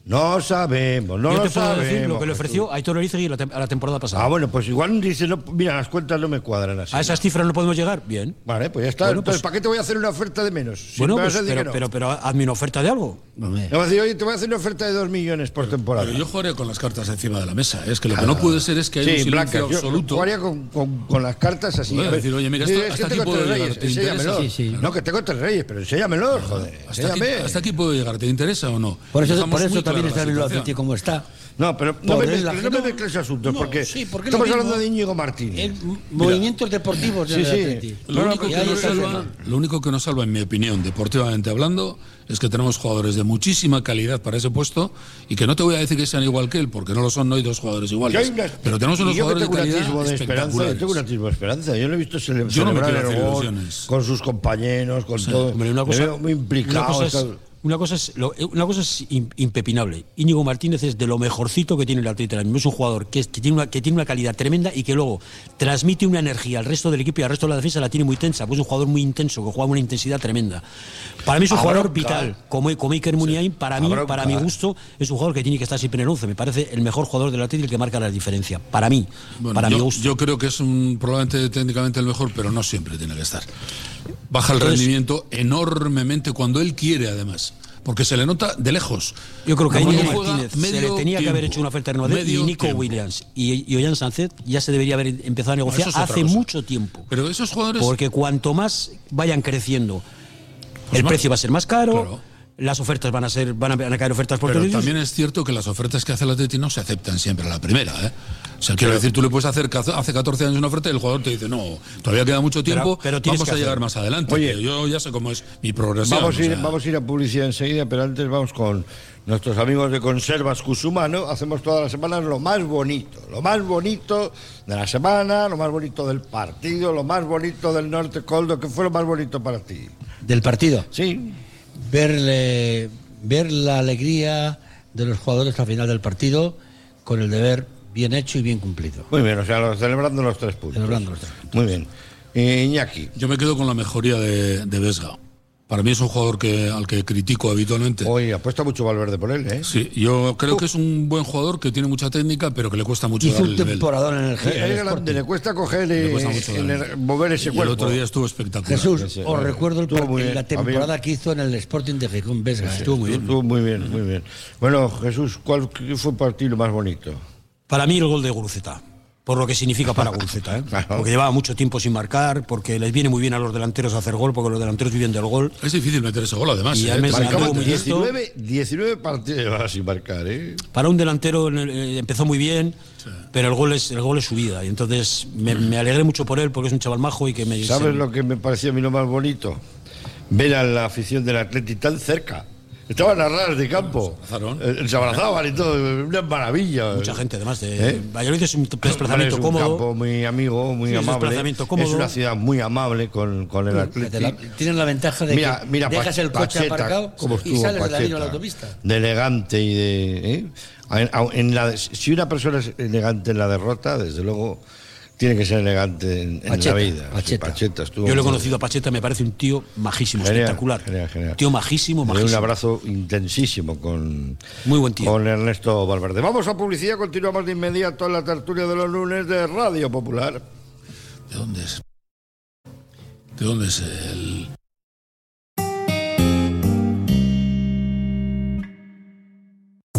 D: No sabemos, no
G: Yo
D: lo
G: te puedo
D: sabemos.
G: decir lo que le ofreció
D: Jesús.
G: Aitor Elizegui la tem- a la temporada pasada.
D: Ah, bueno, pues igual dice, no, mira, las cuentas no me cuadran así.
G: a esas cifras no podemos llegar. Bien.
D: Vale, pues ya está.
G: Ah, Bueno,
D: Entonces,
G: pues-
D: ¿para qué te voy a hacer una oferta de menos? Si
G: bueno,
D: me vas
G: pues,
D: a decir que
G: pero,
D: no.
G: pero, pero hazme una oferta de algo.
E: Hombre.
D: Me vas a decir, oye, te voy a hacer una oferta de dos millones por temporada.
F: Pero yo jugaré con las cartas encima de la mesa. ¿eh? Es que lo que no puede ser es que haya un
D: Sí,
F: silencio
D: blancas. Yo
F: absoluto.
D: jugaría con, con, con las cartas así.
F: Joder,
D: A ver,
F: decir, oye, mira, esto-
D: es que
F: hasta aquí
D: tengo
F: puedo
D: tres
F: llegar,
D: reyes,
F: ¿te interesa?
D: enséñamelos.
F: Sí, sí.
D: No, que tengo tres reyes, pero enséñamelos, joder.
F: hasta, aquí,
D: enséñame.
F: hasta aquí puedo llegar. ¿Te interesa o no?
E: Por eso,
F: Dejamos
E: por
F: muy
E: eso
F: clara
E: también
F: la
E: está el
F: situación.
E: Atleti como está.
D: No, pero no me,
E: Pobre, la
D: mezcles, no me
E: gente-
D: mezcles asuntos,
E: No,
D: porque,
E: sí, porque lo
D: estamos
E: mismo-
D: hablando de Íñigo Martínez.
E: El- Eh, movimientos deportivos del
D: Sí, sí.
E: Atleti.
F: Lo único,
E: Y
F: que
E: ahí
F: nos
E: está el
F: salva,
E: tema.
F: lo único que nos salva, en mi opinión, deportivamente hablando, es que tenemos jugadores de muchísima calidad para ese puesto y que no te voy a decir que sean igual que él, porque no lo son, no hay dos jugadores
D: Que
F: iguales.
D: hay unas-
F: Pero tenemos unos
D: y yo que
F: jugadores de
D: tengo un
F: calidad
D: atisbo de esperanza, yo
F: espectaculares.
D: tengo un atisbo de esperanza. Yo lo he visto cele-
F: Yo no me
D: celebrar
F: quiero
D: el
F: hacer
D: gol
F: ilusiones.
D: con sus compañeros, con todo.
G: Hombre, una
D: Le
G: cosa,
D: veo muy implicado.
G: una cosa es,
D: está-
G: una cosa es lo- eh, una cosa es im- impepinable. Íñigo Martínez es de lo mejorcito que tiene el Atlético. ahora mismo. Es un jugador que, es- que tiene una, que tiene una calidad tremenda y que luego transmite una energía al resto del equipo y al resto de la defensa la tiene muy tensa. Pues es un jugador muy intenso, que juega con una intensidad tremenda. Para mí es un
D: Habrá
G: jugador
D: un
G: vital. Como, como Iker Muniain, para, mí,
D: habrá un
G: para mi
D: cara.
G: gusto, es un jugador que tiene que estar siempre en el 11. Me parece el mejor jugador del Atlético y el que marca la diferencia. Para mí,
F: Bueno,
G: para
F: yo,
G: mi gusto.
F: yo creo que es un, probablemente técnicamente el mejor, pero no siempre tiene que estar. Baja el
G: Entonces-
F: rendimiento enormemente cuando él quiere, además. Porque se le nota de lejos.
G: Yo creo que a
F: Cuando
G: Íñigo
F: juega
G: Martínez se le
F: medio
G: tenía que haber
F: tiempo.
G: hecho una oferta renovada y
F: Medio
G: Nico
F: tiempo.
G: Williams y, y Ollán Sánchez ya se debería haber empezado a negociar
F: eso es otra
G: hace
F: cosa.
G: mucho tiempo.
F: Pero esos jugadores.
G: Porque cuanto más vayan creciendo,
F: Pues
G: el
F: más-
G: precio va a ser más caro,
F: Claro.
G: las ofertas van a ser van a, van a caer ofertas por
F: Pero
G: todos
F: también es cierto que las ofertas que hace el Atleti no se aceptan siempre a la primera, ¿eh? O sea, quiero decir, tú le puedes hacer cazo- hace 14 años una oferta y el jugador te dice, no, todavía queda mucho tiempo,
G: pero tienes
F: vamos
G: que
F: a llegar
G: hacerlo".
F: más adelante.
D: Oye.
F: yo ya sé cómo es mi progresión.
D: Vamos,
F: o
D: a ir,
F: sea,
D: vamos a ir a publicidad enseguida, pero antes vamos con nuestros amigos de Conservas Cusumano. Hacemos todas las semanas lo más bonito, lo más bonito de la semana, lo más bonito del partido, lo más bonito del norte coldo. ¿Qué fue lo más bonito para ti?
E: Del partido.
D: Sí,
E: verle, ver la alegría de los jugadores al final del partido con el deber bien hecho y bien cumplido.
D: muy bien, o sea, lo- celebrando los tres puntos.
E: Celebrando los tres
D: Muy bien. Eh, Iñaki,
F: Yo me quedo con la mejoría de, de Vesga. Para mí es un jugador que, al que critico habitualmente.
D: hoy apuesta mucho Valverde por él, ¿eh?
F: Sí, yo creo que es un buen jugador que tiene mucha técnica, pero que le cuesta mucho
E: Hizo
F: dar
E: un
F: el nivel.
E: temporadón en el, Ge- en
D: Es
E: el
D: grande,
E: Sporting.
D: le cuesta coger, eh,
F: Le cuesta mucho dar el
D: ener-
F: nivel.
D: mover ese
F: Y el
D: cuerpo.
F: otro día estuvo espectacular.
E: Jesús, os recuerdo el
D: Estuvo
E: par-
D: muy bien,
E: la
D: había-
E: temporada que hizo en el Sporting de Gijón Vesga. Estuvo muy bien.
D: Estuvo muy bien, muy bien. Bueno, Jesús, ¿cuál qué fue para ti lo más bonito?
G: Para mí el gol de Guruceta. Por lo que significa
F: *laughs*
G: para Guruceta, ¿eh?
D: Claro.
G: porque llevaba mucho tiempo sin marcar, porque les viene muy bien a los delanteros hacer gol, porque los delanteros viven del gol.
F: Es difícil meter ese gol, además.
G: Y
F: ¿eh?
G: ya me
F: Técnicamente.
G: sacó
D: Marcamos
G: muy bien.
D: 19, 19 partidos sin marcar, ¿eh?
G: Para un delantero en el- eh, empezó muy bien, pero el gol es el gol es su vida. Y entonces me,
D: Mm.
G: me alegré mucho por él porque es un chaval majo y que me
D: ¿Sabes
G: se-
D: lo que me pareció a mí lo más bonito? Ver a la afición del Atleti tan cerca. Estaban a ras de campo.
F: Se abrazaron.
D: Eh, Se abrazaban y todo. Una maravilla.
G: Mucha gente, además. De,
D: ¿Eh?
G: Valladolid es un
D: Vale,
G: desplazamiento
D: es un
G: cómodo.
D: campo muy amigo, muy
G: Sí, es un
D: amable.
G: desplazamiento cómodo.
D: Es una ciudad muy amable con, con el
E: Fíjate, la-
D: Atlético.
E: Tienes la ventaja de
D: Mira,
E: que
D: mira,
E: dejas
D: Pa-
E: el coche
D: Pacheta,
E: aparcado
D: cómo
E: y
D: estuvo
E: sales de la
D: Pacheta,
E: misma la autopista.
D: De elegante y de. ¿eh? A- a- en la- si una persona es elegante en la derrota, desde luego tiene que ser elegante en, en
E: Pacheta,
D: la vida. Sí,
E: Pacheta.
D: estuvo
G: Yo lo he
D: muy-
G: conocido a Pacheta, me parece un tío majísimo,
D: Genial,
G: espectacular.
D: genial, genial.
G: Tío majísimo,
D: Le doy un
G: majísimo.
D: abrazo intensísimo con,
G: Muy buen tío.
D: con Ernesto Valverde. Vamos a publicidad, continuamos de inmediato en la tertulia de los lunes de Radio Popular.
F: ¿De dónde es? ¿De dónde es el.?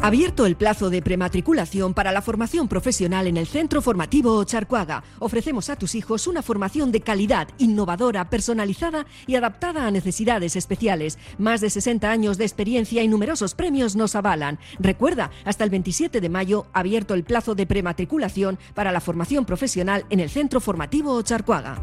H: Abierto el plazo de prematriculación para la formación profesional en el Centro Formativo Charcuaga. Ofrecemos a tus hijos una formación de calidad, innovadora, personalizada y adaptada a necesidades especiales. Más de 60 años de experiencia y numerosos premios nos avalan. Recuerda, hasta el 27 de mayo, abierto el plazo de prematriculación para la formación profesional en el Centro Formativo Charcuaga.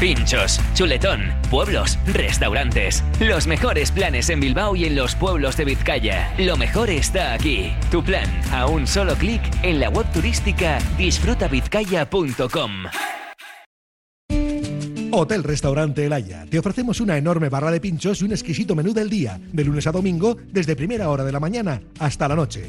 I: Pinchos, chuletón, pueblos, restaurantes. Los mejores planes en Bilbao y en los pueblos de Vizcaya. Lo mejor está aquí. Tu plan, a un solo clic en la web turística disfrutavizcaya.com.
A: Hotel Restaurante El Haya. Te ofrecemos una enorme barra de pinchos y un exquisito menú del día, de lunes a domingo, desde primera hora de la mañana hasta la noche.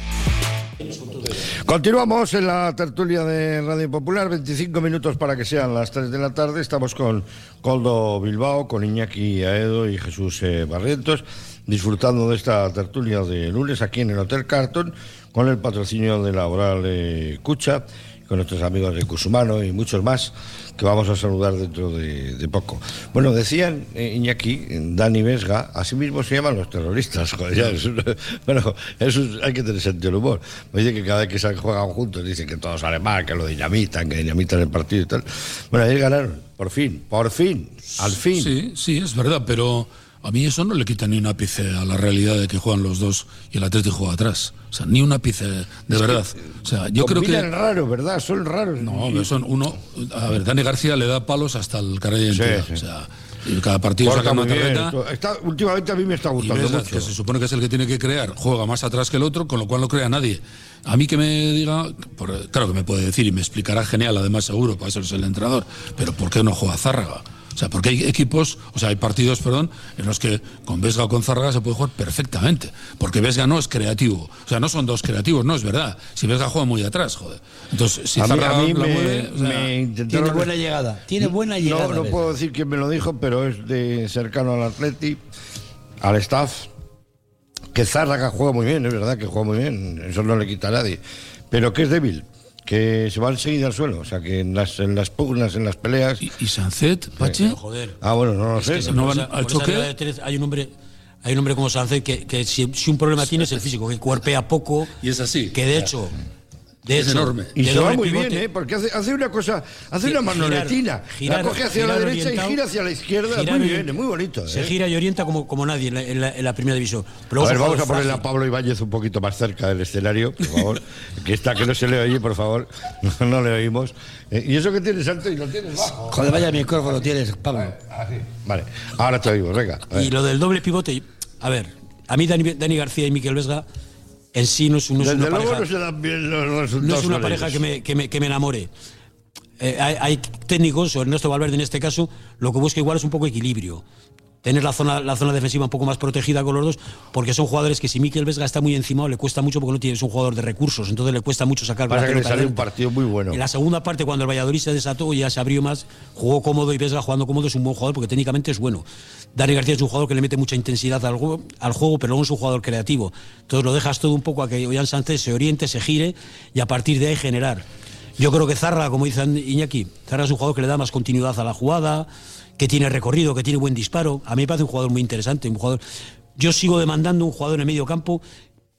D: Continuamos en la tertulia de Radio Popular, 25 minutos para que sean las 3 de la tarde. Estamos con Coldo Bilbao, con Iñaki Aedo y Jesús eh, Barrientos, disfrutando de esta tertulia de lunes aquí en el Hotel Carton, con el patrocinio de la Oral eh, Cucha, con nuestros amigos de Cusumano y muchos más que vamos a saludar dentro de, de poco. Bueno, decían eh, Iñaki, Dani Vesga, así mismo se llaman los terroristas. *laughs* joder, ya es un- bueno, eso es- hay que tener sentido del humor. Me dicen que cada vez que se juegan juntos dicen que todo sale mal, que lo dinamitan, que dinamitan el partido y tal. Bueno, ayer ganaron, por fin, por fin, al fin.
F: Sí, sí, es verdad, pero a mí eso no le quita ni un ápice a la realidad de que juegan los dos y el Atlético juega atrás. O sea, ni un ápice, de verdad. O sea, yo creo que.
D: Combinan raro, ¿verdad? Son raros.
F: No, hombre, son uno. A ver, Dani García le da palos hasta el carril de
D: Sí,
F: identidad.
D: sí.
F: O sea, Y cada partido
D: Corta
F: saca una
D: muy bien.
F: tarjeta.
D: Está- últimamente a mí me está
F: Y
D: gustando
F: ves
D: mucho.
F: que se supone que es el que tiene que crear, juega más atrás que el otro, con lo cual no crea nadie. A mí que me diga, por- claro que me puede decir y me explicará genial, además seguro, para ser el entrenador, pero ¿por qué no juega Zárraga? O sea, porque hay equipos, o sea, hay partidos, perdón, en los que con Vesga o con Zárraga se puede jugar perfectamente, porque Vesga no es creativo, o sea, no son dos creativos, no es verdad. Si Vesga juega muy atrás, joder. Entonces, si
D: A mí- a
F: Zárraga
D: mí
F: la
D: me-
F: mueve, o sea,
D: me intentaron- Tiene buena
E: llegada, tiene buena
D: No,
E: llegada.
D: No,
E: ¿ves?
D: puedo decir quién me lo dijo, pero es de cercano al Atleti, al staff. Que Zárraga juega muy bien, es verdad que juega muy bien, eso no le quita a nadie. Pero que es débil, que se va enseguida al suelo, o sea, que en las, en las pugnas, en las peleas.
F: ¿Y, Sancet,
D: Pache?
G: Joder.
D: Ah, bueno, no lo
G: Es que
D: sé.
G: esa- por esa- por esa regla de tres, hay un hombre hay un hombre como Sánchez que, que si, si un problema tiene es el físico que cuerpea poco
F: y es así
G: que de hecho de
D: Es
G: hecho,
D: enorme.
G: de
D: Y se va
G: doble
D: muy
G: pivote-
D: bien, ¿eh? Porque hace, hace una cosa, hace
G: Gi-
D: una manoletina.
G: girar, girar,
D: la coge hacia la
G: girar
D: derecha
G: orientado,
D: y gira hacia la izquierda.
G: girar
D: muy
G: orien-
D: bien, es muy bonito.
G: se
D: ¿eh?
G: gira y orienta como, como nadie en la, en la- en la primera división Pero
D: a
G: es
D: ver,
G: un
D: vamos a
G: jugador
D: poner a
G: frágil.
D: Pablo Ibáñez un poquito más cerca del escenario, por
G: *laughs*
D: favor. que está, que no se le oye, por favor. No, no le oímos. Eh, y eso que tienes alto y lo tienes bajo. Ah,
E: Joder, vaya micrófono tienes, Pablo.
D: Vale, ahora te oímos, venga. a ver.
G: y lo del doble pivote a ver a mí Dani, Dani García y Miquel Vesga en sí no es, no es
D: Desde
G: una
D: luego
G: pareja
D: no se dan bien los resultados.
G: no es una
D: con
G: pareja
D: ellos.
G: que me, que me- que me enamore. Eh, hay, hay técnicos, o Ernesto Valverde en este caso, lo que busca igual es un poco equilibrio. Tener la zona, la zona defensiva un poco más protegida con los dos, porque son jugadores que si Miquel Vesga está muy encima, le cuesta mucho porque no tiene, es un jugador de recursos, entonces le cuesta mucho sacar
D: Pasa
G: la
D: que le
G: pelota
D: sale un
G: adelante.
D: partido muy bueno.
G: En la segunda parte, cuando el Valladolid se desató, ya se abrió más, jugó cómodo y Vesga jugando cómodo es un buen jugador porque técnicamente es bueno. Dani García es un jugador que le mete mucha intensidad al juego, al juego pero luego es un jugador creativo. Entonces lo dejas todo un poco a que Ollán Sánchez se oriente, se gire y a partir de ahí generar. Yo creo que Zarra, como dice Iñaki, Zarra es un jugador que le da más continuidad a la jugada, que tiene recorrido, que tiene buen disparo. A mí me parece un jugador muy interesante, un jugador. Yo sigo demandando un jugador en el medio campo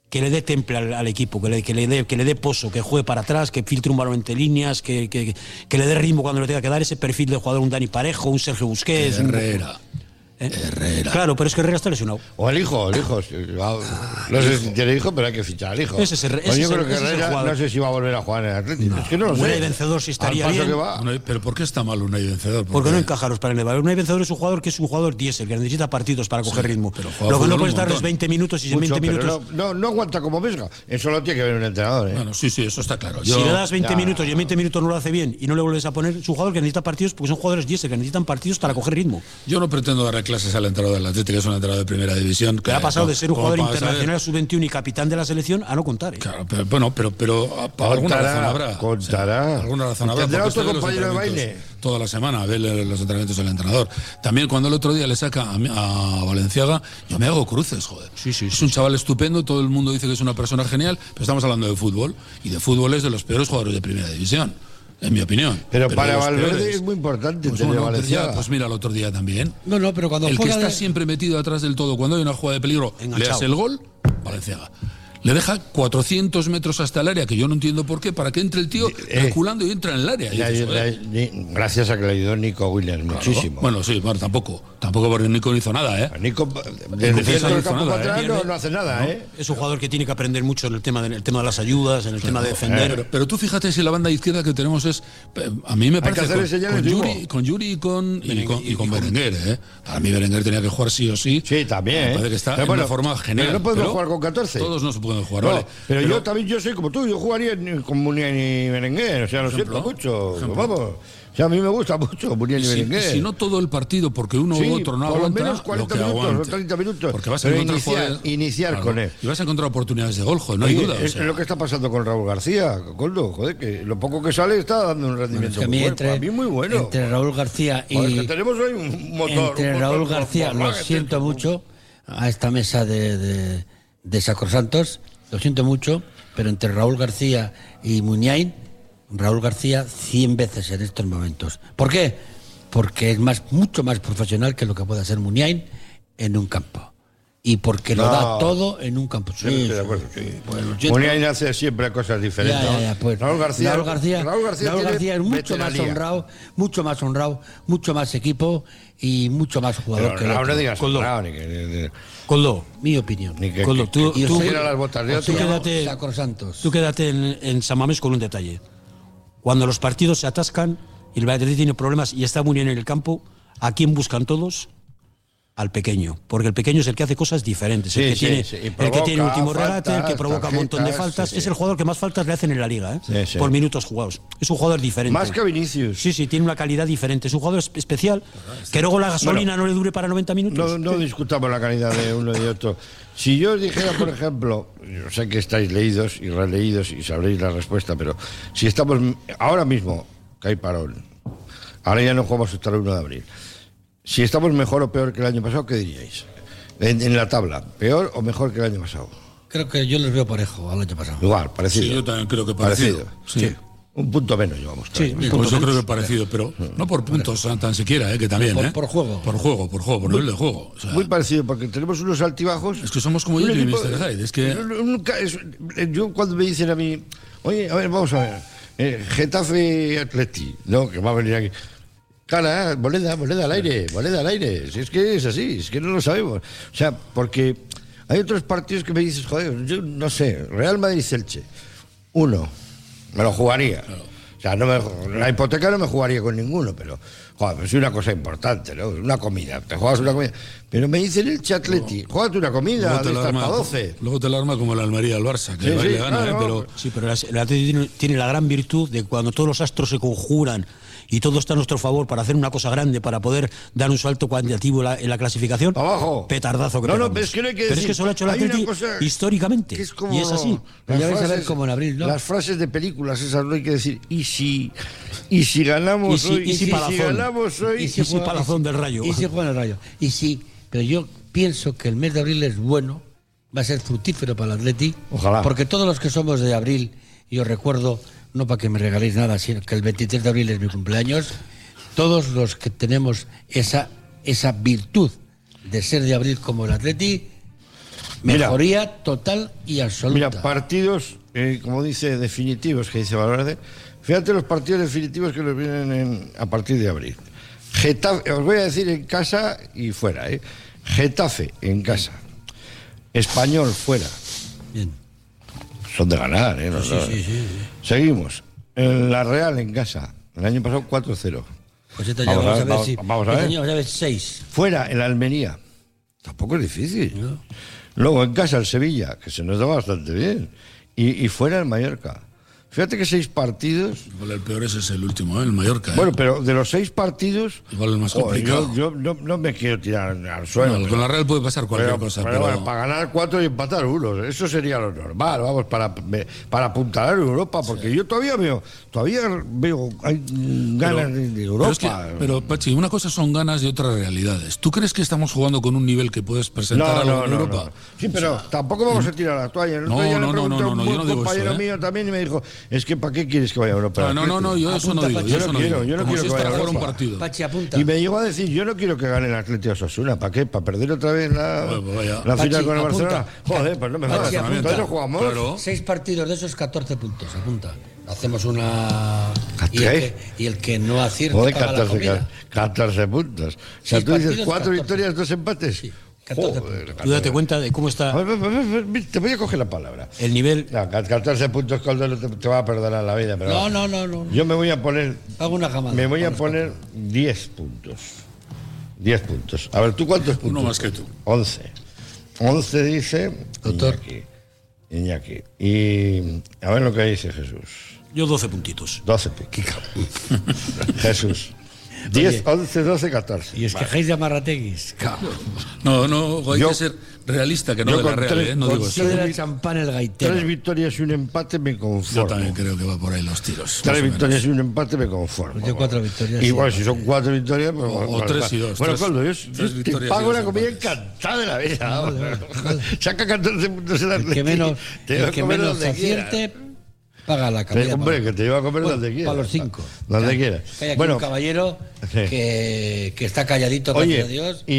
G: que le dé temple al, al equipo, que le, que le dé, que le dé pozo, que juegue para atrás, que filtre un balón entre líneas, que, que- que le dé ritmo cuando le tenga que dar ese perfil de jugador, un Dani Parejo, un Sergio Busquets. un-
F: Herrera.
G: ¿Eh? Claro, pero es que Herrera está lesionado.
D: O el hijo, el hijo. sí, va- No sé si tiene hijo, pero hay que fichar al hijo.
G: Ah, Ese es el-
D: Pues
G: ese
D: yo
G: es el-
D: creo que
G: ese es el
D: Herrera
G: jugador.
D: no sé si va a volver a jugar en el Atlético. Es que no lo sé.
G: Unai vencedor si estaría
D: Al paso
G: bien.
D: que va.
F: Unai- pero ¿por qué está mal Unai vencedor?
G: Porque no encaja los paneles. Un vencedor es un jugador que es un jugador diésel, que necesita partidos para coger ritmo.
F: juega
G: Lo que
F: fútbol
G: no
F: un
G: puedes dar es
F: montón.
G: 20 minutos y en
D: Mucho,
G: 20
D: pero
G: minutos.
D: No, no, no aguanta como Vesga. Eso lo tiene que ver un entrenador. ¿eh?
F: Bueno, sí, sí, eso está claro.
G: si le das 20
D: Ya.
G: minutos y en 20 minutos no lo hace bien y no le vuelves a poner, es un jugador que necesita partidos porque son jugadores diésel, que necesitan partidos para coger ritmo.
F: Yo no pretendo darle clases al entrenador del Atlético, que es un entrenador de primera división.
G: Que ha pasado de ser un jugador internacional
F: internacional.
G: sub-21 y capitán de la selección a no contar. ¿eh?
F: bueno, pero, pero a- por alguna
D: Contará,
F: razón habrá.
D: contará.
F: O sea, alguna razón habrá.
D: Tendrá otro
F: porque estoy en los
D: compañero de baile.
F: entrenamientos Toda la semana a ver eh, los entrenamientos del entrenador. También cuando el otro día le saca a, mí- a Valenciaga, yo me hago cruces, joder. es un chaval estupendo, todo el mundo dice que es una persona genial, pero estamos hablando de fútbol. Y de fútbol es de los peores jugadores de primera división, en mi opinión.
D: Pero,
F: de
D: para
F: los
D: Valverde
F: peores.
D: es muy importante
F: Pues
D: tener
F: bueno,
D: a
F: el otro día-
D: Valenciaga.
F: pues mira, el otro día también.
E: No, no, pero cuando
F: el que
E: juega
F: está
E: de-
F: siempre metido atrás del todo, cuando hay una jugada de peligro, le
G: Enganchado.
F: hace el gol, Valenciaga. Le deja 400 metros hasta el área, que yo no entiendo por qué, para que entre el tío
D: Eh,
F: reculando y entra en el área. Y
D: Le
F: dices,
D: ayudó-
F: joder,
D: le- ni- gracias a que le ayudó Nico Williams
F: claro.
D: muchísimo.
F: Bueno, sí, bueno, tampoco. Tampoco porque Nico no hizo nada, ¿eh?
D: Nico,
F: Nico
D: desde el centro
F: no
D: del
F: hizo
D: campo
F: nada,
D: para
F: ¿eh?
D: atrás no, no hace nada, ¿eh?
G: Es un jugador que tiene que aprender mucho en el tema, de, en el tema de las ayudas, en el tema de defender.
F: Pero, pero tú fíjate si la banda izquierda que tenemos es. eh, A mí me
D: que
F: parece.
D: hacer
F: Con,
D: señales,
F: con
D: digo.
F: Yuri, con Yuri y con, y con, y con Berenguer, ¿eh? Para mí Berenguer tenía que jugar sí o sí.
D: Sí, también.
F: Me
D: ¿eh?
F: parece que está
D: Pero
F: en
D: bueno,
F: una forma genial.
D: Pero no podemos jugar con 14.
F: Todos no se pueden jugar,
D: No,
F: vale.
D: pero, yo también yo soy como tú, yo jugaría ni con Munier y Berenguer, o sea, lo siento mucho. Vamos. O sea, a mí me gusta mucho Munier y,
F: Y si, y
D: Berenguer.
F: si no todo el partido, porque uno
D: Sí,
F: u otro
D: por
F: no
D: lo
F: aguanta,
D: menos 40
F: lo que
D: minutos,
F: aguante.
D: o 30 minutos.
F: Porque vas a
D: Pero
F: encontrar
D: iniciar-
F: jugadores-
D: iniciar con él.
F: Y vas a encontrar oportunidades de gol, joder, no hay
D: Oye,
F: duda. o
D: Es
F: sea.
D: lo que está pasando con Raúl García, Coldo. Joder, que lo poco que sale está dando un rendimiento
E: que a mí
D: muy bueno.
E: entre-
D: Para mí muy bueno.
E: Entre Raúl García y.
D: Joder, que tenemos hoy un motor. un
E: entre
D: motor
E: Raúl
D: con-
E: García,
D: con
E: lo
D: Wagner.
E: siento mucho, a esta mesa de, de, de Sacrosantos, lo siento mucho, pero entre Raúl García y Muñain, Raúl García 100 veces en estos momentos. ¿Por qué? Porque es más, mucho más profesional que lo que puede hacer Muñain en un campo. Y porque lo
D: No.
E: da todo en un campo.
D: Yo no estoy de acuerdo. Sí.
E: siento.
D: Muniain hace siempre cosas diferentes.
E: Ya, ya, ya, pues,
D: Raúl García.
E: Raúl García,
D: Raúl García
E: Raúl
D: tiene
E: García es mucho más
D: veteranía.
E: honrado, mucho más honrado, mucho más equipo y mucho más jugador
D: Pero
E: que el
D: no,
E: otro.
D: no digas
E: Coldo,
D: honrado, ni que- ni- ni-
G: Coldo,
E: mi opinión.
D: ni que-
G: Coldo,
D: que-
G: tú-
D: que
G: tú-
D: cogiera las botas de
G: tú
D: otro.
G: quédate-
E: Sacrosantos.
G: Tú quédate en, en San Mamés con un detalle. Cuando los partidos se atascan y el Valladolid tiene problemas y está muy bien en el campo, ¿A quién buscan todos? Al pequeño, porque el pequeño es el que hace cosas diferentes, el,
D: Sí,
G: que,
D: sí,
G: tiene,
D: sí, y
G: el que
D: provoca
G: tiene el último
D: faltas,
G: regate, el que provoca un montón de
D: tarjetas,
G: faltas,
D: sí,
G: es
D: sí.
G: el jugador que más faltas le hacen en la liga, ¿eh?
D: Sí, sí.
G: por minutos jugados. Es un jugador diferente.
D: Más que
G: Vinicius. Sí, sí, tiene una calidad diferente, es un jugador espe- especial, que luego la gasolina no le dure para 90
F: Pues
G: minutos.
D: No, no discutamos la calidad de uno y de otro. Si yo os dijera, por ejemplo, yo sé que estáis leídos y releídos y sabréis la respuesta, pero si estamos ahora mismo, que hay parón, ahora ya no jugamos hasta el 1 de abril, si estamos mejor o peor que el año pasado, ¿qué diríais? En, en la tabla, ¿peor o mejor que el año pasado?
E: Creo que yo les veo parejo al año pasado.
D: Igual, parecido.
F: Sí, yo también creo que parecido. Sí.
D: Un punto menos llevamos. claro.
F: Sí,
D: Un
F: pues
D: punto
F: yo creo
D: menos.
F: que parecido, pero no por puntos tan- tan siquiera, eh, que también.
D: Por-
F: eh.
D: por juego.
F: Por juego, por juego, por nivel de juego.
D: Muy parecido, porque tenemos unos altibajos.
F: Es que somos como
D: Un
F: yo y
D: equipo-
F: Mr. Hyde. Es que
D: Yo nunca- es- eh, yo cuando me dicen a mí, oye, a ver, vamos a ver, eh, Getafe Atleti, ¿no? Que va a venir aquí. Cara, moneda, moneda al aire, moneda al aire. Si es que es así, es que no lo sabemos. O sea, porque hay otros partidos que me dices, joder, yo no sé, Real Madrid-Celche, uno, me lo jugaría. O sea, no me- la hipoteca no me jugaría con ninguno, pero, joder, pues es una cosa importante, ¿no? Una comida, te juegas una comida. Pero me dicen el Atleti, jugate una comida, de
F: la
D: estas
F: arma-
D: para 12.
F: luego te la arma como la Almería al Barça, que
D: Sí,
F: el Bayern
D: sí,
F: le gana,
D: claro,
F: eh, pero
G: Sí, pero las- el Atlético tiene, tiene la gran virtud de cuando todos los astros se conjuran y todo está a nuestro favor para hacer una cosa grande, para poder dar un salto cuantitativo en la, en la clasificación.
D: Abajo.
G: Petardazo que
D: No, no,
G: pegamos.
D: pero es que no hay que
G: Pero
D: decir,
G: es que solo ha hecho el
D: hay una
G: Atlético
D: cosa
G: históricamente.
D: que es como
G: y es así.
D: las
E: ya vais a ver
D: frases-
E: cómo en abril, ¿no?
D: Las frases de películas, esas no hay que decir, y si, y si ganamos hoy, y si, ganamos hoy,
E: juega- Y si juega el rayo. Y sí, pero yo pienso que el mes de abril es bueno, va a ser fructífero para el Atleti.
D: Ojalá.
E: Porque todos los que somos de abril, yo recuerdo, no para que me regaléis nada, sino que el 23 de abril es mi cumpleaños, todos los que tenemos esa, esa virtud de ser de abril como el Atleti,
D: Mira.
E: mejoría total y absoluta.
D: Mira, partidos, eh, como dice, definitivos, que dice Valverde. Fíjate los partidos definitivos que nos vienen en- a partir de abril. Getafe, os voy a decir en casa y fuera, ¿eh? Getafe en casa. Español fuera.
E: Bien.
D: Son de ganar, ¿eh? No,
E: Sí,
D: no.
E: sí, sí, sí.
D: Seguimos. En La Real en casa. El año pasado 4-0.
E: Pues esta ya vamos a ver
D: vamos-
E: si-
D: vamos a
G: Este
E: esta
D: ver.
E: ya vamos a ver seis.
D: Fuera, el Almería. Tampoco es difícil. Luego en casa el Sevilla, que se nos da bastante bien. Y, y fuera el Mallorca. Fíjate que seis partidos.
F: el peor ese es el último, eh, el Mallorca. eh.
D: Bueno, pero de los seis partidos.
F: Igual el más
D: joder,
F: complicado.
D: yo yo no, no me quiero tirar al suelo.
F: No,
D: pero-
F: con la Real puede pasar cualquier
D: pero-
F: cosa,
D: pero
F: pero-
D: bueno, para ganar cuatro y empatar uno, eso sería lo normal, vamos, para, me- para apuntalar en Europa, porque yo todavía veo, todavía veo hay mm, ganas de- de Europa.
F: Pero, es que- pero, Pachi, una cosa son ganas y otra realidades. ¿Tú crees que estamos jugando con un nivel que puedes presentar a la Europa?
D: Sí, pero tampoco vamos a tirar la toalla. El otro
F: No,
D: día
F: no,
D: le
F: no,
D: pregunté
F: no,
D: a un
F: no, yo
D: buen
F: no digo eso,
D: compañero
F: ¿eh?
D: mío también y me dijo, es que ¿para qué quieres que vaya a Europa?
F: Ah, no, no, no, yo eso no digo, yo
D: Yo
F: eso
D: no
F: no
D: quiero,
F: digo.
D: yo no
F: Como
D: quiero
F: si
D: que vaya a
F: esto fuera un
D: Europa.
F: partido.
E: Pachi, apunta.
D: Y me llegó a decir, yo no quiero que gane el Atlético Osasuna, ¿para qué? ¿Para perder otra vez la,
F: pues
D: la
E: Pachi,
D: final con el
E: apunta.
D: Barcelona? Joder, pues no me jodas,
E: Pachi, apunta.
D: entonces no jugamos.
E: Seis partidos de esos, 14 puntos, apunta. Hacemos una... Y el,
D: ¿Qué?
E: que, y el que no acierta
D: Joder,
E: paga la
D: 14,
E: comida.
D: 14 puntos. O sea,
E: Seis
D: tú dices
E: partidos,
D: cuatro
E: 14.
D: victorias, dos empates. Joder,
G: Tú date cuenta de cómo está.
D: Te voy a coger la palabra.
E: Eh.
G: El nivel.
D: No, 14 puntos, Coldo, no te, te va a perdonar la vida. Pero
E: No,
D: vamos.
E: no, no, no.
D: Yo me voy a poner.
E: Hago una jamada.
D: Me voy a
E: Vamos,
D: poner 10 puntos. 10 puntos. A ver, ¿tú cuántos puntos? Uno más que tú. 11. 11 dice. Doctor. Iñaki. Iñaki. Y. A ver lo que dice Jesús.
G: Yo 12 puntitos.
D: 12 puntos. *laughs* Jesús. 10, 11, 12, 14.
E: Y es quejáis de Amarrateguis.
F: No, no, hay
D: Yo-
F: que ser realista, que no
D: yo
F: de la
D: con
F: Real,
D: tres-
F: eh, no
D: con
F: digo eso.
D: tres
E: Era champán el gaitero.
D: Tres victorias y un empate me conformo.
F: Yo también creo que va por ahí los tiros. más
D: Tres
F: o menos.
D: victorias y un empate me conformo.
E: Yo cuatro victorias.
D: Y
E: sí.
D: bueno, si son cuatro victorias, pues,
F: O- o
D: bueno,
F: tres
D: vale.
F: y dos,
D: Bueno,
F: tres-
D: Coldo, yo, yo
F: tres
D: te
F: victorias y
D: pago
F: dos
D: la comida
F: empates.
D: encantada de la vida. *laughs* Saca 14 puntos en la
E: El que menos, el que menos acierte paga la comida.
D: hombre, que te lleva a comer
E: Bueno,
D: donde quieras.
E: Para los cinco.
D: Donde
E: Que hay-
D: quieras.
E: que hay aquí
D: Bueno. eh,
E: un caballero
D: Sí.
E: que, que está calladito, gracias a
D: Oye,
E: Dios.
D: y,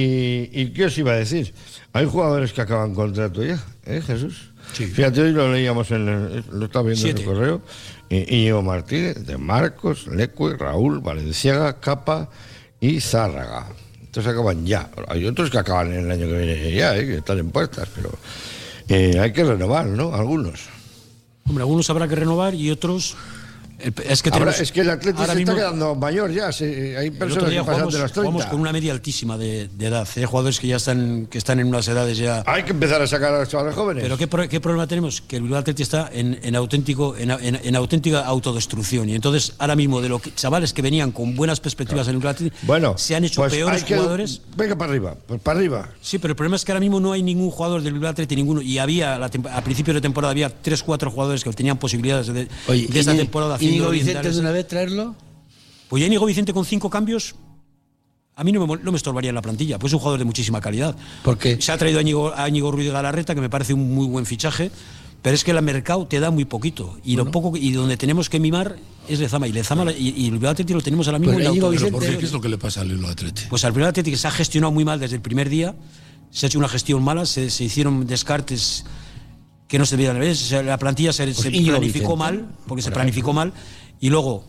D: ¿y qué os iba a decir? Hay jugadores que acaban contrato ya, ¿eh, Jesús?
E: Sí.
D: Fíjate, hoy lo leíamos en el, lo estaba viendo
G: Siete.
D: en el correo. I- Íñigo Martínez, de Marcos, Lecue, Raúl, Valenciaga, Capa y Zárraga. Estos acaban ya. Hay otros que acaban el año que viene ya, ¿eh? que están en puertas, pero eh, hay que renovar, ¿no? Algunos.
G: Hombre, algunos habrá que renovar y otros Es que
D: Ahora,
G: tenemos-
D: es que el Atlético
G: ahora
D: se
G: mismo-
D: está quedando mayor ya. se- hay
G: El otro
D: personas que
G: día
D: pasan
G: jugamos,
D: de los 30.
G: jugamos con una media altísima de, de edad. Hay jugadores que ya están, que están en unas edades ya.
D: Hay que empezar a sacar a los chavales jóvenes.
G: Pero ¿qué, pro- qué problema tenemos? Que el Bilbao Athletic está en, en auténtico, en, en- en auténtica autodestrucción. Y entonces, ahora mismo, de los chavales que venían con buenas perspectivas en el Bilbao Athletic,
D: Bueno,
G: se han hecho
D: pues
G: peores
D: hay que-
G: jugadores.
D: Venga para arriba, pues para arriba.
G: Sí, pero el problema es que ahora mismo no hay ningún jugador del Bilbao Athletic, ninguno. Y había, la tem- a principios de temporada, había 3-4 jugadores que tenían posibilidades de,
E: Oye,
G: de esta
E: Íñigo-
G: temporada. haciendo
E: Íñigo Vicente
G: orientales.
E: de una vez traerlo.
G: Pues ya Íñigo Vicente con cinco cambios, a mí no me, mol- no me estorbaría en la plantilla, pues es un jugador de muchísima calidad.
E: Porque
G: Se ha traído a Íñigo, a Íñigo Ruiz de Galarreta, que me parece un muy buen fichaje, pero es que el mercado te da muy poquito. Y lo poco que- y donde tenemos que mimar es Lezama. Y Lezama la- y, y el Bilbao Athletic lo tenemos ahora mismo en la
F: Pero
G: autodestrucción.
F: ¿por qué? ¿Qué es lo que le pasa al Bilbao Athletic?
G: Pues al Bilbao Athletic se ha gestionado muy mal desde el primer día, se ha hecho una gestión mala, se, se hicieron descartes que no se debían haber, hecho, o sea, la plantilla se, se
E: Pues Íñigo Vicente,
G: planificó mal, porque se planificó mal, y luego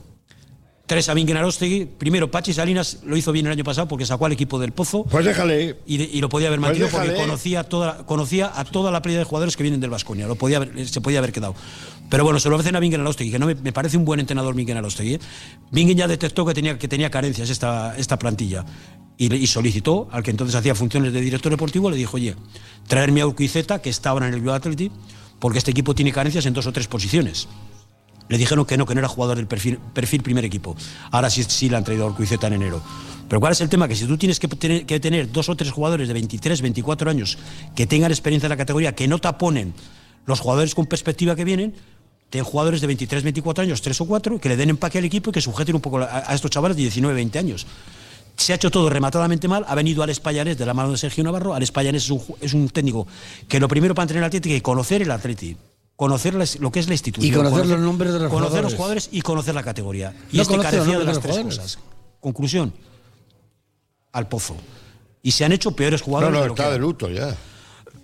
G: tres a Benguerarostegui, primero Pachi Salinas lo hizo bien el año pasado porque sacó al equipo del pozo.
D: Pues déjale.
G: Y, de- y lo podía haber
D: Pues
G: mantenido porque
D: déjale.
G: conocía, toda, conocía a toda la playa de jugadores que vienen del Vasconia, lo podía haber- se podía haber quedado. Pero bueno, se lo ofrecen a Benguerarostegui, que no me, me parece un buen entrenador Benguerarostegui. ¿eh? Bingen ya detectó que tenía, que tenía carencias esta, esta plantilla. Y, le- y solicitó al que entonces hacía funciones de director deportivo, le dijo, oye, traerme a Urquizeta, que está ahora en el Bilbao Athletic, porque este equipo tiene carencias en dos o tres posiciones. Le dijeron que no, que no era jugador del perfil, perfil primer equipo. Ahora sí, sí le han traído a Urquizueta en enero. Pero ¿cuál es el tema? Que si tú tienes que tener, que tener dos o tres jugadores de 23, 24 años que tengan experiencia en la categoría, que no taponen los jugadores con perspectiva que vienen, ten jugadores de 23, 24 años, tres o cuatro, que le den empaque al equipo y que sujeten un poco la- a, a estos chavales de 19, 20 años. Se ha hecho todo rematadamente mal. Ha venido Alex Payares de la mano de Sergio Navarro. Alex Payares es un, ju- es un técnico que lo primero para entrenar al Atleti es conocer el Atleti. Conocer las- lo que es la institución.
E: Y conocer los nombres de los
G: Conocer los
E: jugadores.
G: jugadores y conocer la categoría. Y
E: No conoce
G: este
E: los
G: carecía de
E: nombres
G: las
E: de
G: tres
E: los jugadores.
G: cosas. Conclusión. Al pozo. Y se han hecho peores
D: No,
G: jugadores.
D: no,
G: de lo
D: está
G: que-
D: de luto ya. *coughs*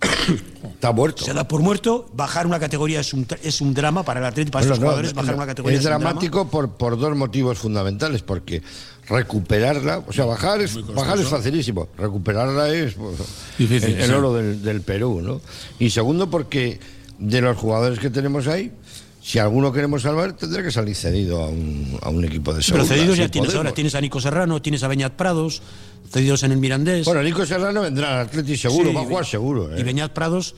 D: está muerto.
G: se da por muerto. Bajar una categoría es un, tra- es un drama para el Atlético, para
D: Bueno,
G: estos
D: no,
G: jugadores.
D: no,
G: bajar
D: no.
G: una categoría
D: es
G: un drama.
D: dramático por, por dos motivos fundamentales, porque recuperarla, o sea, bajar es, bajar es facilísimo, recuperarla es pues,
F: Difícil,
D: el, el
F: sí.
D: oro del, del Perú, ¿no? Y segundo, porque de los jugadores que tenemos ahí, si alguno queremos salvar, tendrá que salir cedido a un, a un equipo de
G: Pero
D: segunda.
G: cedidos
D: si
G: ya tienes
D: podemos.
G: ahora. Tienes a Nico Serrano, tienes a Beñat Prados, cedidos en el Mirandés.
D: Bueno, Nico Serrano vendrá al Atleti seguro,
G: Sí,
D: va a jugar
G: y-
D: seguro. ¿eh?
G: Y Beñat Prados,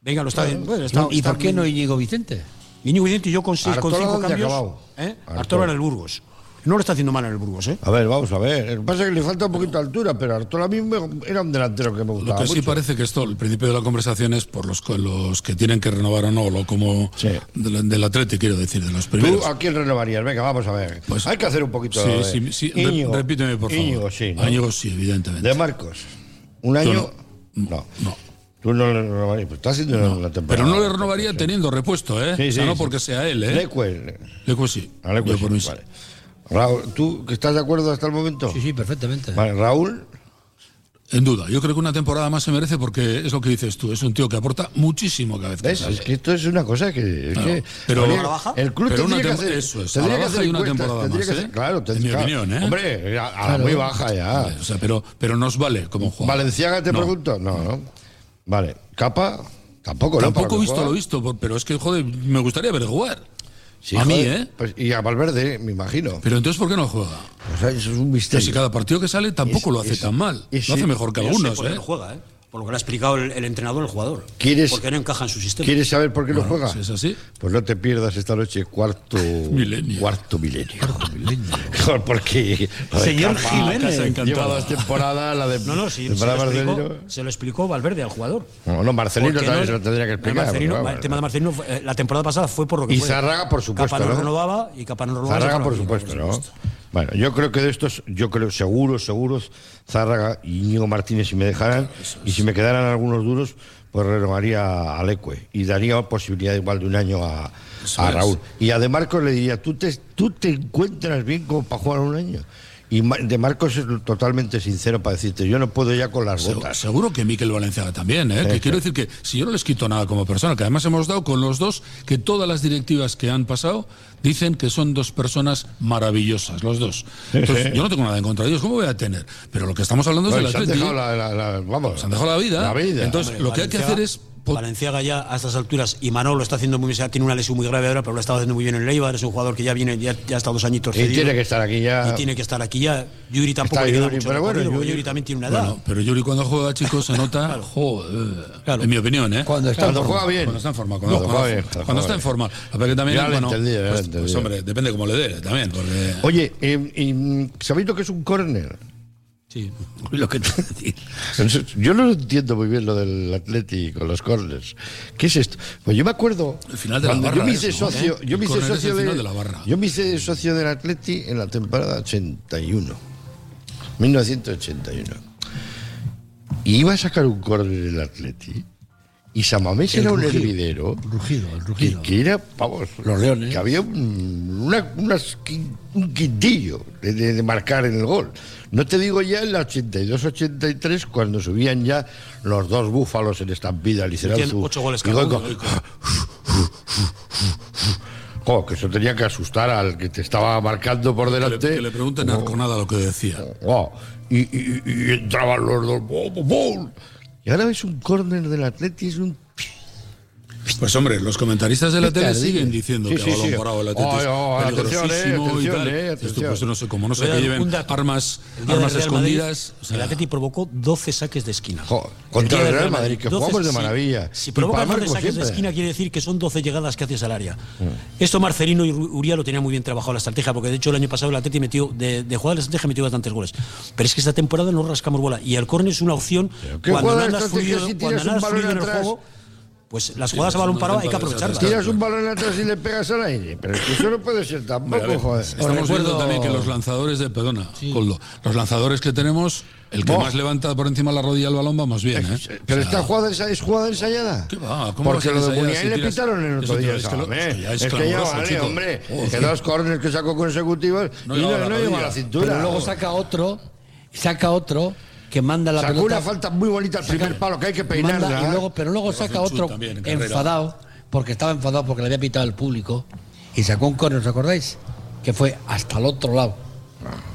G: venga, lo está bien. bueno, está-
E: No, ¿Y
G: está
E: por qué
G: bien.
E: no Íñigo Vicente?
G: Íñigo Vicente y yo con, seis, con
D: Artola,
G: cinco
D: ¿dónde ha
G: cambios.
D: acabado?
G: ¿eh?
D: Artola.
G: Artola en el Burgos. No lo está haciendo mal en el Burgos, ¿eh?
D: A ver, vamos a ver. Lo que pasa es que le falta un poquito de altura, pero Artola a mí me- era un delantero que me
F: Lo
D: gustaba
F: que sí
D: mucho.
F: parece que esto, el principio de la conversación es por los, co- los que tienen que renovar o no, lo como del, del Atleti, quiero decir, de los primeros.
D: ¿Tú a quién renovarías? Venga, vamos a ver.
F: Pues-
D: Hay que hacer un poquito
F: Sí,
D: de...
F: sí, sí, re-
D: Íñigo,
F: repíteme, por favor.
D: Íñigo, sí. ¿no?
F: A Íñigo sí, evidentemente.
D: De Marcos. Un año... No. no. Tú no le renovarías. Pues está haciendo una temporada.
F: Pero no le renovaría teniendo repuesto, ¿eh?
D: Sí,
F: o sea,
D: sí,
F: no
D: sí.
F: porque sea él, ¿eh?
D: Lecuel.
F: Lecuel sí.
D: A Lecuel
F: Yo
D: sí,
F: por mí sí.
D: vale. Raúl, ¿tú que estás de acuerdo hasta el momento?
E: Sí, sí, perfectamente.
D: Vale, Raúl,
F: En duda. Yo creo que una temporada más se merece porque es lo que dices tú. Es un tío que aporta muchísimo cada vez que
D: ¿ves?
F: sale.
D: Es que esto es una cosa que... es
F: Claro.
D: que-
F: Pero-
D: Habría-
F: ¿A la baja?
D: El club
F: Pero una
D: tendría que
F: tem-
D: hacer...
F: eso es, a
D: tendría
F: la
D: que
F: baja
D: hacer
F: y una
D: encuestas,
F: temporada
D: tendría
F: más,
D: que
F: ¿eh?
D: hacer- Claro,
F: En
D: tendría-
F: mi
D: claro.
F: opinión, ¿eh?
D: Hombre, a, a la muy baja ya.
F: Vale, O sea, pero, pero nos vale como jugador.
D: Ah. ¿Valenciaga te
F: No.
D: pregunto? No, no. Vale. ¿Capa? Tampoco, ¿no?
F: Tampoco
D: Para
F: he visto
D: jugar.
F: lo visto, por- pero es que, joder, me gustaría ver jugar.
D: Sí,
F: a mí,
D: joder,
F: ¿eh?
D: pues, y a Valverde, me imagino.
F: Pero entonces, ¿por qué no juega?
D: O sea, eso es un
F: Pero
D: misterio.
F: si cada partido que sale tampoco
D: Es-
F: lo hace
D: es-
F: tan mal.
D: es-
F: lo hace mejor que
G: Yo sé
F: algunos,
G: por qué
F: ¿eh?
G: no juega, ¿eh? Por lo que le ha explicado el, el entrenador al jugador.
D: ¿Quieres-
G: Porque no encaja en su sistema.
D: ¿Quieres saber por qué no
F: Bueno,
D: juega?
F: si es así.
D: Pues no te pierdas esta noche cuarto milenio. Cuarto milenio. *laughs* Joder, Porque. lo de
G: Señor
D: Capa,
G: Jiménez.
D: Casa Encantada. Lleva dos temporadas, la de.
G: No, no, sí, se lo,
D: temporada
G: explicó,
D: Marcelino.
G: se lo explicó Valverde al jugador.
D: No, no, Marcelino
G: Porque
D: también
G: no-
D: se lo tendría que explicar.
G: Marcelino-
D: pero
G: el
D: vamos.
G: tema de Marcelino fue- eh, la temporada pasada fue por lo que
D: Y
G: fue.
D: Zarraga, por supuesto,
G: Capa no
D: ¿no?
G: renovaba y Capa no renovaba.
D: Zárraga,
G: Capa no
D: por
G: renovaba,
D: supuesto, ¿no? Bueno, yo creo que de estos, yo creo seguros, seguros, Zárraga y Íñigo Martínez, si me dejaran, y si me quedaran algunos duros, pues renovaría a Leque y daría posibilidad igual de un año a, a
F: es.
D: Raúl. Y a De Marcos le diría, ¿tú te, tú te encuentras bien como para jugar un año? Y Ma- De Marcos es totalmente sincero para decirte, yo no puedo ya con las
F: Segu-
D: botas.
F: Seguro que Miquel Valenciaga también, ¿eh?
D: Sí,
F: que
D: sí.
F: quiero decir que si yo no les quito nada como persona, que además hemos dado con los dos que todas las directivas que han pasado dicen que son dos personas maravillosas, los dos. Entonces, yo no tengo nada en contra de ellos, ¿cómo voy a tener? Pero lo que estamos hablando
D: Bueno,
F: es
D: Pues se
F: del
D: han
F: Atleti,
D: dejado la, la- la- vamos,
F: se han dejado la vida.
D: La vida.
F: Entonces,
G: Hombre,
F: lo que hay que
G: Valenciaga-
F: hacer es
G: Valenciaga ya a estas alturas y Manolo está haciendo muy bien, tiene una lesión muy grave ahora, pero lo ha estado haciendo muy bien en el Eibar, es un jugador que ya viene, ya, ya ha estado dos añitos
D: Y
G: cedido.
D: tiene que estar aquí ya.
G: Y tiene que estar aquí ya. Yuri tampoco
D: Está
G: le queda
D: Yuri,
G: mucho
D: pero bueno,
G: recorrido, porque
D: Yuri-
G: Yuri también tiene una edad.
F: Bueno, pero Yuri cuando juega, chicos, se nota. joder, En mi opinión, ¿eh?
E: Cuando
D: está Cuando en forma. juega bien.
F: Cuando está en forma.
D: Cuando juega bien,
F: Cuando,
D: cuando
F: cuando
D: juega
F: está en
D: bien.
F: forma. A ver que también.
D: Ya lo
F: bueno,
D: entendí, ya lo
F: pues,
D: entendí.
F: pues, hombre, depende cómo le dé también. Porque.
D: Oye, em, em, ¿sabéis lo que es un córner?
F: Sí.
D: Lo que Yo no entiendo muy bien lo del Atlético, los corners. ¿Qué es esto? Pues yo me acuerdo.
F: El final de la
D: cuando
F: barra
D: Yo me
F: es,
D: hice
F: ¿no?
D: socio, yo
F: El
D: me hice
F: córner es el
D: socio
F: final
D: de-
F: de la barra.
D: Yo me hice socio del Atleti en la temporada 81. 1981. Y iba a sacar un córner el Atleti. Y Samamés
E: El
D: era un
E: rugido.
D: hervidero.
E: Rugido, el
D: Que,
E: rugido.
D: que era, vamos,
E: Los leones.
D: Que había un, una- unas quin- un quintillo de, de- de marcar en el gol. No te digo ya en la 82-83, cuando subían ya los dos búfalos en estampida,
G: Metían
D: Liceranzu.
G: ocho goles
D: y
G: cada
D: Goico. *laughs*
G: uno.
D: Jo, que eso tenía que asustar al que te estaba marcando por delante.
F: Que le pregunten a Arconada lo que decía.
D: Guau. Y, y- y- y entraban los dos. ¡Bum, bum, bum! Y ahora ves un córner del Atleti, es un
F: Pues hombre, los comentaristas de la
D: Qué
F: tele
D: tardío.
F: siguen diciendo
D: Sí,
F: que
D: sí,
F: a balón
D: sí.
F: parado el Atlético
D: Ay, ay,
F: es
D: atención, eh,
F: peligrosísimo
D: atención,
F: y tal.
D: eh,
F: Esto,
D: atención.
F: pues no sé, como no sé
G: Voy a
F: que
G: dar
F: lleven
G: un dato.
F: armas,
G: El día del
F: armas
G: Real Madrid,
F: escondidas. o sea,
G: el Atleti provocó 12 saques de esquina.
D: contra
G: día
D: el
G: del
D: Real Madrid, que
G: 12
D: jugamos de
G: sí.
D: maravilla.
G: Si
D: Y
G: provocas
D: Palmarco
G: 12 saques de
D: siempre.
G: esquina, quiere decir que son 12 llegadas que haces al área. Esto Marcelino y Ru- Uría lo tenían muy bien trabajado la estrategia, porque de hecho el año pasado el Atleti metió, de, de jugada de la estrategia metió bastantes goles. Pero es que esta temporada no rascamos bola. Y el córner es una opción
D: ¿Qué
G: cuando no
D: jugada de
G: andas
D: estrategia
G: fluido,
D: si
G: cuando
D: tiras un
G: no andas
D: balón
G: fluido en el
D: atrás?
G: juego, pues las jugadas a balón parado hay que aprovecharlas.
D: Tiras un balón atrás y le pegas al aire. Pero es que eso no puede ser tampoco,
F: Mira, a ver,
D: joder.
F: Estamos viendo también que los lanzadores de Pedona, Coldo, los lanzadores que tenemos, el que
D: Buah.
F: más levanta por encima de la rodilla el balón va más bien. ¿eh?
D: Pero
F: O sea,
D: esta jugada ensa- es jugada ensayada.
F: va? ¿Cómo
D: Porque
F: va a ser
D: lo de
F: ensayada
D: Muniain
F: si
D: le
F: tiras-
D: pitaron el otro
F: Eso te-
D: día.
F: es que lo-
D: Samamé.
F: es que ya es
D: es que ya
F: clamoroso,
D: vale,
F: chico.
D: hombre.
F: Joder.
D: Que dos córneres que sacó consecutivos
F: No
D: y
F: llegaba a
D: no
F: la
D: no llegó a
F: rodilla.
D: la cintura.
E: Pero luego saca otro, saca otro que manda la
D: Sacó
E: pelota.
D: una falta muy bonita al primer palo, que hay que peinarla. ¿eh?
E: Manda y luego, pero luego saca
D: hace un
E: otro
D: chut también, Carrera.
E: enfadado, porque estaba enfadado porque le había pitado el público, y sacó un córner, ¿os acordáis? Que fue hasta el otro lado.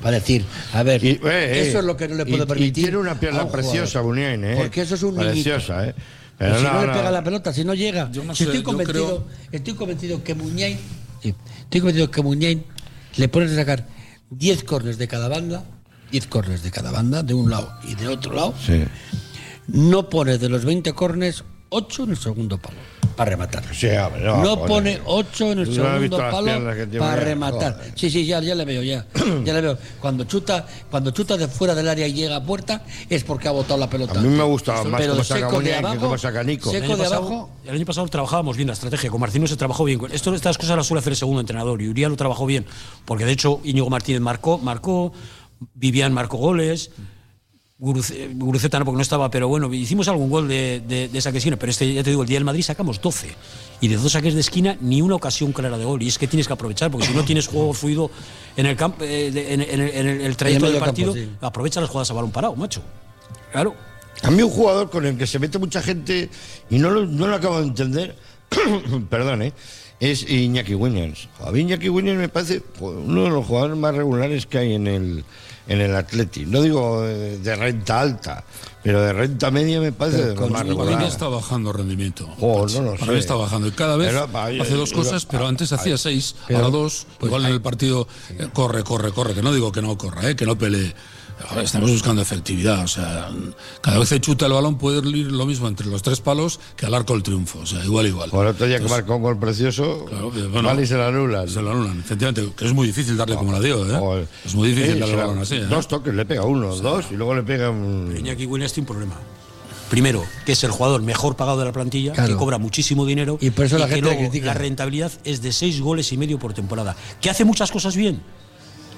E: Para decir, a ver,
D: Y, eh, eh,
E: eso es lo que no le
D: y-
E: puedo
D: Y
E: permitir.
D: tiene una
E: a
D: pierna
E: un
D: preciosa,
E: jugador.
D: Muniain, ¿eh?
E: Porque eso es un niñito.
D: Preciosa, ¿eh?
E: Pero
D: Pero
E: si no,
D: no,
E: le
D: no.
E: pega la pelota, si no llega.
F: no
E: Si
F: sé,
E: estoy,
F: yo
E: convencido,
F: creo-
E: estoy convencido que Muñain, sí, estoy convencido que Muñain le pones a sacar 10 corners de cada banda, 10 corners de cada banda, de un lado y de otro lado.
D: Sí.
E: No pone de los 20 corners 8 en el segundo palo para rematar.
D: Sí, hombre, no,
E: no
D: joder.
E: pone 8 en el
D: No he
E: segundo
D: visto las
E: palo
D: piernas que tiene,
E: para
D: joder.
E: rematar. Sí, sí, ya, ya le veo, ya. ya le veo. Cuando chuta, cuando chuta de fuera del área y llega a puerta es porque ha botado la pelota.
D: A mí me gustaba más
E: Pero
D: cómo
E: de
D: saca
E: seco de
D: Muñain que
E: abajo,
D: cómo saca Nico.
E: Seco
G: el año
E: de
G: pasado-
E: abajo.
G: El año pasado trabajábamos bien la estrategia, con Martino se trabajó bien. Esto, estas cosas las suele hacer el segundo entrenador y Uría lo trabajó bien, porque de hecho Íñigo Martínez marcó, marcó Vivian marcó goles, Guruce- eh, Guruceta no porque no estaba, pero bueno, hicimos algún gol de, de, de saque de esquina, pero este, ya te digo, el día del Madrid sacamos 12 y de dos saques de esquina ni una ocasión clara de gol y es que tienes que aprovechar, porque si no tienes juego fluido en el, campo, eh, de- en, en- en- en el trayecto
E: medio
G: del
E: campo,
G: partido,
E: sí.
G: aprovecha las jugadas a balón parado, macho. Claro.
D: A mí un jugador con el que se mete mucha gente y no lo, no lo acabo de entender, *clears throat* perdón, ¿eh? es Iñaki Williams. A mí Iñaki Williams me parece pues, uno de los jugadores más regulares que hay en el, en el Atleti. No digo eh, de renta alta, pero de renta media me parece de los más
F: Para mí
D: regulares.
F: está bajando rendimiento.
D: Oh,
F: Pachi.
D: no lo
F: para
D: sé.
F: mí está bajando. Y cada vez
D: Pero, pa, yo-
F: hace dos
D: yo-
F: cosas, pero
D: ah,
F: antes
D: ah,
F: hacía seis,
D: pero- pues,
F: ahora dos. igual en el partido eh, corre, corre, corre. Que no digo que no corra, eh, que no pelee. A ver, estamos buscando efectividad. O sea, cada vez que chuta el balón puede ir lo mismo entre los tres palos que al arco el triunfo. O sea, igual, igual.
D: Por otro día que
F: Entonces,
D: marcó un gol precioso,
F: Claro, que, bueno,
D: vale y se la anulan.
F: Se lo anulan, efectivamente. Que es muy difícil darle como la dio, ¿eh?
D: Joder.
F: Es muy difícil
D: Eh,
F: darle
D: se
F: el
D: la-
F: balón así. ¿eh?
D: Dos toques, le pega uno, dos y luego le pega un...
G: Iñaki Williams tiene un problema. Primero, que es el jugador mejor pagado de la plantilla,
E: Claro.
G: que cobra muchísimo dinero
E: Y por eso la
G: que
E: gente le
G: luego
E: critica.
G: la rentabilidad es de seis goles y medio por temporada, que hace muchas cosas bien.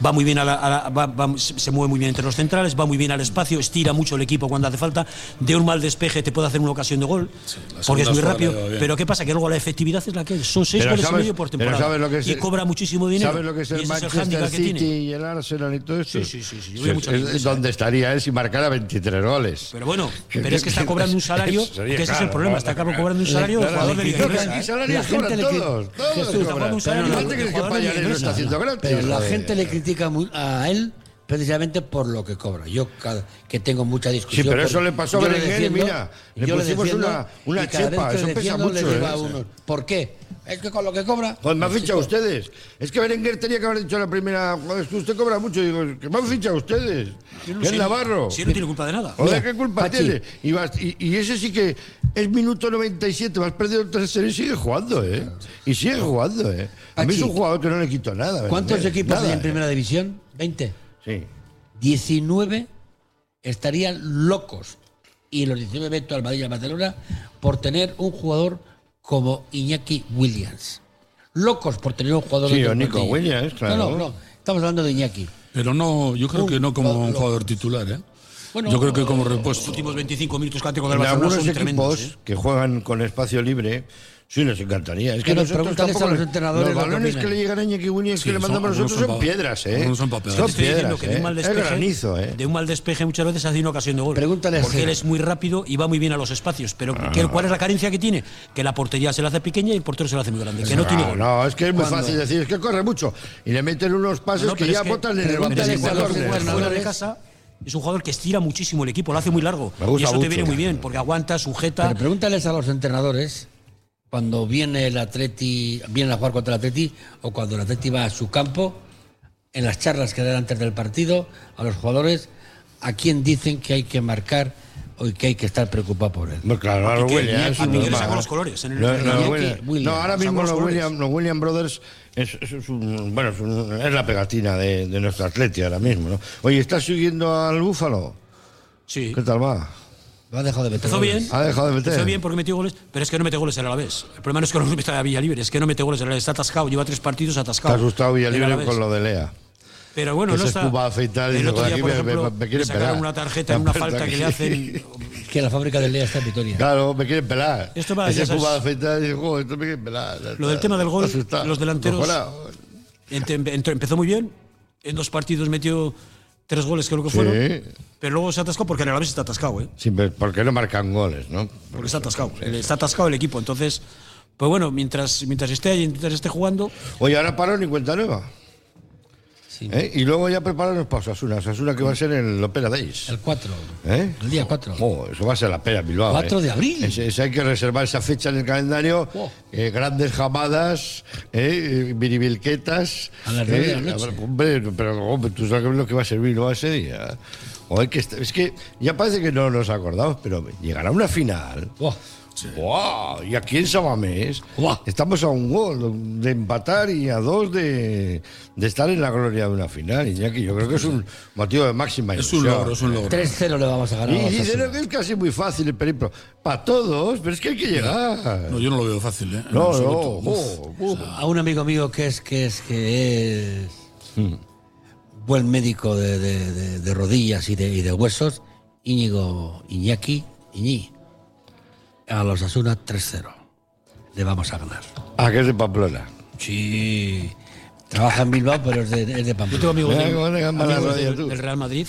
G: Va muy bien a la- a la- va- va- se se mueve muy bien entre los centrales, va muy bien al espacio, estira mucho el equipo cuando hace falta, de un mal despeje te puede hacer una ocasión de gol,
F: la
G: porque es
F: segunda
G: muy
F: jugada
G: rápido.
F: le va bien.
G: Pero ¿qué pasa? Que luego la efectividad es la que es. Son seis
D: Pero
G: goles
D: sabes-
G: y medio por
D: pero
G: temporada.
D: sabes lo que es-
G: y cobra muchísimo dinero.
D: ¿Sabes lo que es
G: Y
D: el
G: ese es el
D: Manchester
G: hándicap que
D: City
G: tiene.
D: y el Arsenal y todo esto?
G: Sí, sí, sí, sí, yo veo
D: Es-
G: mucha
D: es
G: gente,
D: donde estaría él si marcara 23 goles.
G: Pero bueno,
D: *laughs*
G: pero es que está cobrando un salario,
D: Eso
G: que
D: sería
G: ese es el
D: claro,
G: problema,
D: ¿no?
G: está cobrando un salario de
D: Claro,
G: jugador de
D: aquí
G: Liga
D: cobran-
G: Inglesa.
D: aquí
G: ¿eh?
D: salarios
E: La gente
D: cobran
E: le cri-
D: todos, todos
E: Jesús,
D: cobran.
E: está pagando un
G: salario
D: Fíjate que
G: de jugador de
D: Payanero
G: Liga
D: está
G: Inglesa.
D: haciendo gratis.
E: Pero la
D: joder.
E: gente le critica mu- a él precisamente por lo que cobra. Yo cada- que tengo mucha discusión.
D: Sí, pero
E: por-
D: eso le pasó a
E: yo lo
D: Berenguer,
E: defiendo,
D: mira, le
E: yo lo
D: pusimos
E: defiendo,
D: una- una
E: y cada vez
D: chepa,
E: que
D: eso
E: le
D: pesa
E: defiendo, le
D: mucho,
E: digo
D: ¿eh?
E: a uno, ¿Por qué? Es que con lo que cobra.
D: Joder, me han
E: pues,
D: fichado
E: chico,
D: ustedes. Es que Berenguer tenía que haber dicho la primera. Joder, es que usted cobra mucho. Digo, que me han fichado ustedes.
G: Sí,
D: Que es
G: sí,
D: Navarro.
G: sí, no tiene culpa de nada.
D: Joder,
G: Mira,
D: ¿qué culpa
G: Pachi.
D: tiene? Y, vas- y- y ese sí que es minuto 97. Vas perdido tres series y sigue jugando, ¿eh? Y sigue jugando, ¿eh? A mí es un
E: Pachi,
D: jugador que no le quito nada.
E: ¿Cuántos
D: Berenguer,
E: equipos
D: nada,
E: hay en
D: ¿eh?
E: primera división? ¿20?
D: Sí.
E: 19 estarían locos. Y los 19 meto al Madrid y al Barcelona por tener un jugador como Iñaki Williams. Locos por tener un jugador
D: Sí,
E: dentro
D: o
E: del
D: Nico
E: plantilla.
D: Williams, claro.
E: No, no, no. Estamos hablando de Iñaki.
F: Pero no, yo creo
E: Un
F: que
D: Uh,
F: no como un
E: jugador-
F: jugador titular, ¿eh?
E: Bueno,
F: yo creo que como
E: eh,
F: repuesto. Los
G: últimos 25 minutos que ha
D: En algunos equipos
G: ¿eh?
D: que juegan con espacio libre, sí nos encantaría. Es que
E: Pero
D: nosotros
E: pregúntales a
D: tampoco
E: los
D: le-
E: entrenadores
D: Los
E: lo que
D: balones que
E: opinan.
D: le llegan a Iñaki Williams
G: Sí,
D: que le
G: son-
D: mandamos
G: algunos
D: nosotros
G: son
D: son
G: pa-
D: piedras, ¿eh?
G: algunos son pa
D: piedras.
G: pegar.
D: Son
G: Te estoy diciendo
D: piedras,
G: Este que de un mal
D: ¿eh? Es
G: despeje-
D: granizo, ¿eh?
G: De un mal despeje muchas veces has tenido ocasión de gol.
E: Pregúntale
G: Porque
E: a
G: él
E: Gea.
G: es muy rápido y va muy bien a los espacios. Pero
D: Ah.
G: ¿qué- ¿cuál es la carencia que tiene? Que la portería se la hace pequeña y el portero se la hace muy grande. Que no, tiene gol.
D: Ah, no, es que es muy
G: ¿Cuándo?
D: fácil decir, es que corre mucho. Y le meten unos pases
G: No,
D: que
G: pero
D: ya
G: es que-
D: botan en el ¿eh?
G: pero
D: banco
G: es que
D: de
G: cuando juegas fuera de
D: corner.
G: casa es un jugador que estira muchísimo el equipo, lo hace muy largo.
E: Me gusta
G: y eso te
E: mucho.
D: ¿eh?
G: viene muy bien, porque aguanta, sujeta.
E: Pero pregúntales a los entrenadores cuando viene el Atleti, vienen a jugar contra el Atleti o cuando el Atleti va a su campo, en las charlas que dan antes del partido, a los jugadores, a quién dicen que hay que marcar o que hay que estar preocupado por él.
D: claro, ahora
E: Piqué,
D: Williams.
E: Iñaki,
D: no
E: Piqué le
D: más.
E: sacó los colores en el-
D: No, no,
E: Iñaki,
D: Williams.
E: Williams.
D: No, ahora
E: Le sacó
D: mismo
E: los
D: los
E: colores.
D: William, los William Brothers es, es- es un- bueno, es, un- es la pegatina de, de nuestro atleti ahora mismo. ¿no? Oye, ¿estás siguiendo al Búfalo?
G: Sí.
D: ¿Qué tal va?
E: Lo ha dejado de meter.
G: Empezó bien.
D: Ha dejado de meter.
G: Empezó bien porque metió goles, pero es que no mete goles el Alavés. El problema no *laughs* es que no está a Villa Libre, es que no mete goles el Alavés. Está atascado, lleva tres partidos
D: Te ha
G: atascado.
D: asustado
G: el
D: Villalibre
G: Alavés.
D: con lo de Lea.
G: Pero bueno,
D: Que
G: no
D: se
G: está.
D: escupa a afeitar y
G: el
D: dice,
G: otro día,
D: "Aquí
G: por
D: me-
G: ejemplo,
D: me- me quieren
G: le sacaron
D: pelar".
G: una tarjeta en
D: Me
G: una
D: aprieta
G: falta que
D: aquí.
G: le hacen.
E: Que la fábrica del Lea está en Vitoria.
D: Claro, me quieren pelar.
G: Esto va,
D: Ese
G: ya sabes-
D: Cuba afeitar y dice, "Joder, esto me quieren pelar.
G: Lo del tema del gol,
D: Asustado,
G: los delanteros.
D: mejorado.
G: entre- entre- empezó muy bien. En dos partidos metió tres goles, creo que
D: Sí.
G: fueron. Pero luego se atascó porque el Alavés está atascado, ¿eh?
D: Sí, pero ¿por qué no marcan goles, no?
G: Porque está atascado. Está atascado el equipo. Entonces, pues bueno, mientras, mientras esté ahí, mientras esté jugando.
D: Oye, ahora parón y cuenta nueva. ¿Eh? Y luego ya prepararnos para Osasuna. Osasuna que va a ser en el Opera Days.
E: El 4.
D: ¿Eh?
E: El día 4.
D: Oh, eso va a ser la pera, Bilbao.
E: 4
D: ¿eh?
E: de abril. Oh.
D: Ese- ese hay que reservar esa fecha en el calendario. eh, grandes jamadas, eh, biribilquetas.
E: A las nueve de la
D: eh,
E: noche.
D: a ver, hombre, pero hombre, tú sabes lo que va a servir ¿no? ese día. O hay que est- es que ya parece que no nos acordamos, pero llegará una final.
E: Oh.
D: ¡Guau! Y aquí en Sabamés estamos a un gol de empatar y a dos de, de estar en la gloria de una final. Iñaki, yo creo que es un motivo de máxima
F: Es un
D: ilusión.
F: logro, es un logro.
E: 3-0 le vamos a ganar.
D: Y
E: a
D: dicen
E: Osasuna.
D: que es casi muy fácil el periplo. Para todos, pero es que hay que llegar.
F: No, yo no lo veo fácil, ¿eh? En
D: No, no.
F: absoluto.
D: oh, oh.
E: a un amigo mío que es que es que es
D: Hmm.
E: buen médico de, de- de- de rodillas y de, y de huesos, Íñigo Iñaki Iñi. A los Asuna 3-0. Le vamos a ganar.
D: Ah, que es de Pamplona.
E: Sí. Trabaja en Bilbao, pero es de, es de Pamplona.
G: Yo tengo amigos,
D: Mira
G: del-
D: cómo le gamba la
G: amigos
D: rodilla,
G: del,
D: tú.
G: del Real Madrid.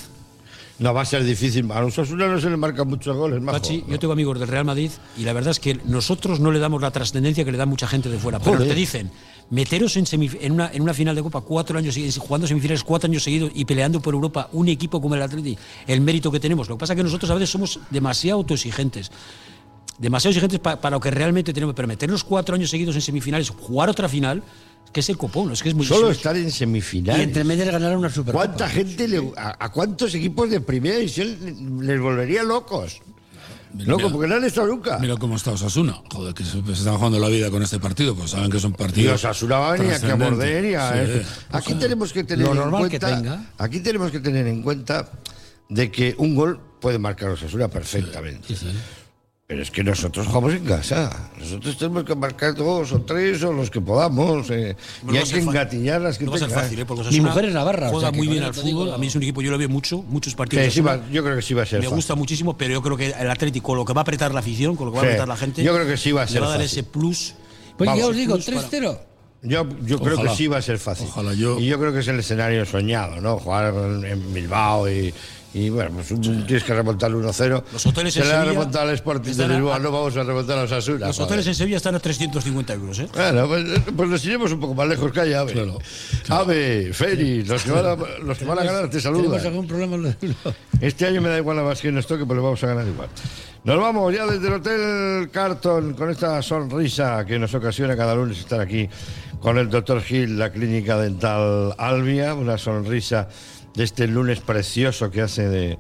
D: No va a ser difícil. A los Osasuna no se le marcan muchos goles, macho.
G: Pachi, yo tengo amigos del Real Madrid y la verdad es que nosotros no le damos la trascendencia que le da mucha gente de fuera. Pero
D: Joder.
G: te dicen, meteros en, semif- en, una, en una final de Copa cuatro años seguidos, jugando semifinales cuatro años seguidos y peleando por Europa un equipo como el Atleti, el mérito que tenemos. Lo que pasa es que nosotros a veces somos demasiado autoexigentes. Demasiado exigentes pa- para lo que realmente tenemos, pero meternos cuatro años seguidos en semifinales, jugar otra final, que es el copón, es que es muy
D: Solo
G: es-
D: estar en semifinales.
E: Y entre medias ganar una Supercopa.
D: ¿Cuánta gente le- a, a cuántos equipos de primera división les volvería locos? Locos, porque no han estado nunca.
F: Mira cómo está Osasuna. Joder, que se, se están jugando la vida con este partido, pues saben que son
D: Y
F: partidos.
D: Osasuna va a venir aquí a
F: trascendentes.
D: morder y a- este.
F: Sí. eh.
D: Aquí tenemos que tener
E: Lo
D: en
E: normal que
D: cuenta.
E: tenga.
D: Aquí tenemos que tener en cuenta de que un gol puede marcar Osasuna perfectamente. Pero es que nosotros jugamos en casa. Nosotros tenemos que marcar dos o tres o los que podamos. eh,
G: No
D: y hay
G: va a
D: que
G: ser fácil.
D: engatillar las que Ah.
G: No va a ser
D: tenga,
G: fácil, ¿eh? Porque
D: Mi
G: Osasuna
D: mujer es navarra, o
G: Juega
D: sea que
G: muy
D: con
G: bien
D: eso
G: al
D: te
G: fútbol.
D: digo-
G: A mí es un equipo, yo lo veo mucho, muchos partidos.
D: Que
G: de
D: sí va-
G: Osasuna.
D: yo creo que sí va a ser
G: Me
D: fácil.
G: gusta muchísimo, pero yo creo que el Atlético, con lo que va a apretar la afición, con lo que va
D: Sí,
G: a apretar la gente,
D: yo creo que sí va a
G: le
D: ser
G: va a dar
D: fácil.
G: ese plus.
E: Pues
G: Vamos,
E: ya os
G: ese
E: digo,
G: plus para-
E: 3-0.
D: Yo, yo creo
F: Ojalá.
D: que sí va a ser fácil.
F: Ojalá yo-
D: Y yo creo que es el escenario soñado, ¿no? Jugar en Bilbao y, Y bueno, pues un- tienes que remontar el 1-0.
G: Los hoteles
D: Se
G: en
D: le ha
G: Sevilla
D: remontado al Sporting de
G: están a-
D: Lisboa, no vamos a remontar a Osasuna.
G: Los
D: joder.
G: hoteles en Sevilla están a 350 euros, ¿eh?
D: Bueno, pues, pues nos iremos un poco más lejos, calla, Ave. Ave, Feri, los que van a, los que van a ganar te
E: ¿Tenemos
D: saludan.
E: algún problema?
D: Este año me da igual la más que nos toque, pero vamos a ganar igual. Nos vamos ya desde el Hotel Carton con esta sonrisa que nos ocasiona cada lunes estar aquí con el doctor Gil, la clínica dental Albia. Una sonrisa de este lunes precioso que hace de,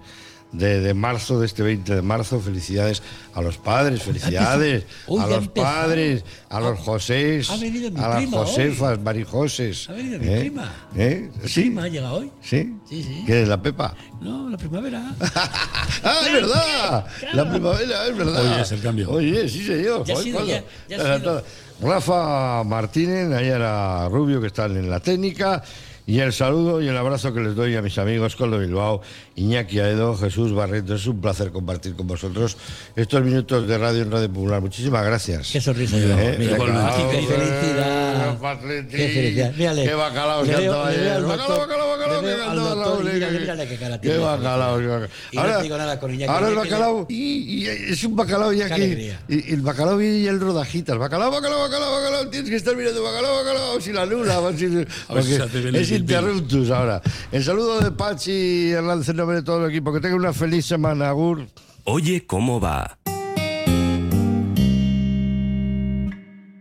D: de- de marzo, de este 20 de marzo. Felicidades a los padres,
E: *laughs*
D: felicidades
E: Uy, ya
D: a los
E: empezó.
D: padres, a los Josés,
E: ha venido mi
D: a las
E: prima hoy.
D: Josefas, Marijoses.
E: Ha venido mi
D: ¿Eh?
E: prima.
D: ¿Eh?
E: ¿Mi
D: ¿Sí?
E: prima ha llegado hoy?
D: ¿Sí?
E: Sí, sí.
D: ¿Quién es la Pepa?
E: No, la *laughs* primavera.
D: *laughs* ¡Ah, es verdad! La primavera, es verdad.
F: Hoy es el cambio.
D: Oye, sí, señor.
E: Ya
D: Joder,
E: ha sido,
D: Pablo.
E: ya- ya ha sido.
D: Rafa Martínez, Ayala Rubio, que están en la técnica. Y el saludo y el abrazo que les doy a mis amigos Coldo Bilbao, Iñaki Aedo, Jesús Barreto. Es un placer compartir con vosotros estos minutos de radio en Radio Popular. Muchísimas gracias. Qué
E: sonrisa
D: ¿Eh?
E: Mira,
D: Bacalao,
E: qué felicidad.
D: Rafa Atleti.
E: Qué felicidad. Mírale.
D: Qué bacalao
E: Le
D: que
E: veo-
D: andaba
E: le veo
D: ayer.
E: al
D: Bacalao,
E: doctor-
D: bacalao, bacalao,
E: le
D: que
E: veo al
D: andaba la
E: doctor y
D: ole,
E: mírale,
D: que-
E: mírale qué cara
D: Qué
E: tiene.
D: bacalao, qué bacalao.
E: Y no te digo nada con Iñaki,
D: Ahora el
E: Iñaki
D: bacalao. Y, y es un bacalao ya
E: Qué
D: que.
E: alegría.
D: Y, el bacalao y el rodajita. El bacalao, bacalao, bacalao, bacalao. Tienes que estar mirando bacalao, bacalao. Si la luna. va, si-
E: *laughs*
F: ver si
D: porque
F: se hace bien el
D: es
F: pil, pil.
D: interruptus ahora. El saludo de Pachi, el lance de todo el equipo. Que tenga una feliz semana, Agur.
J: Oye, ¿cómo va?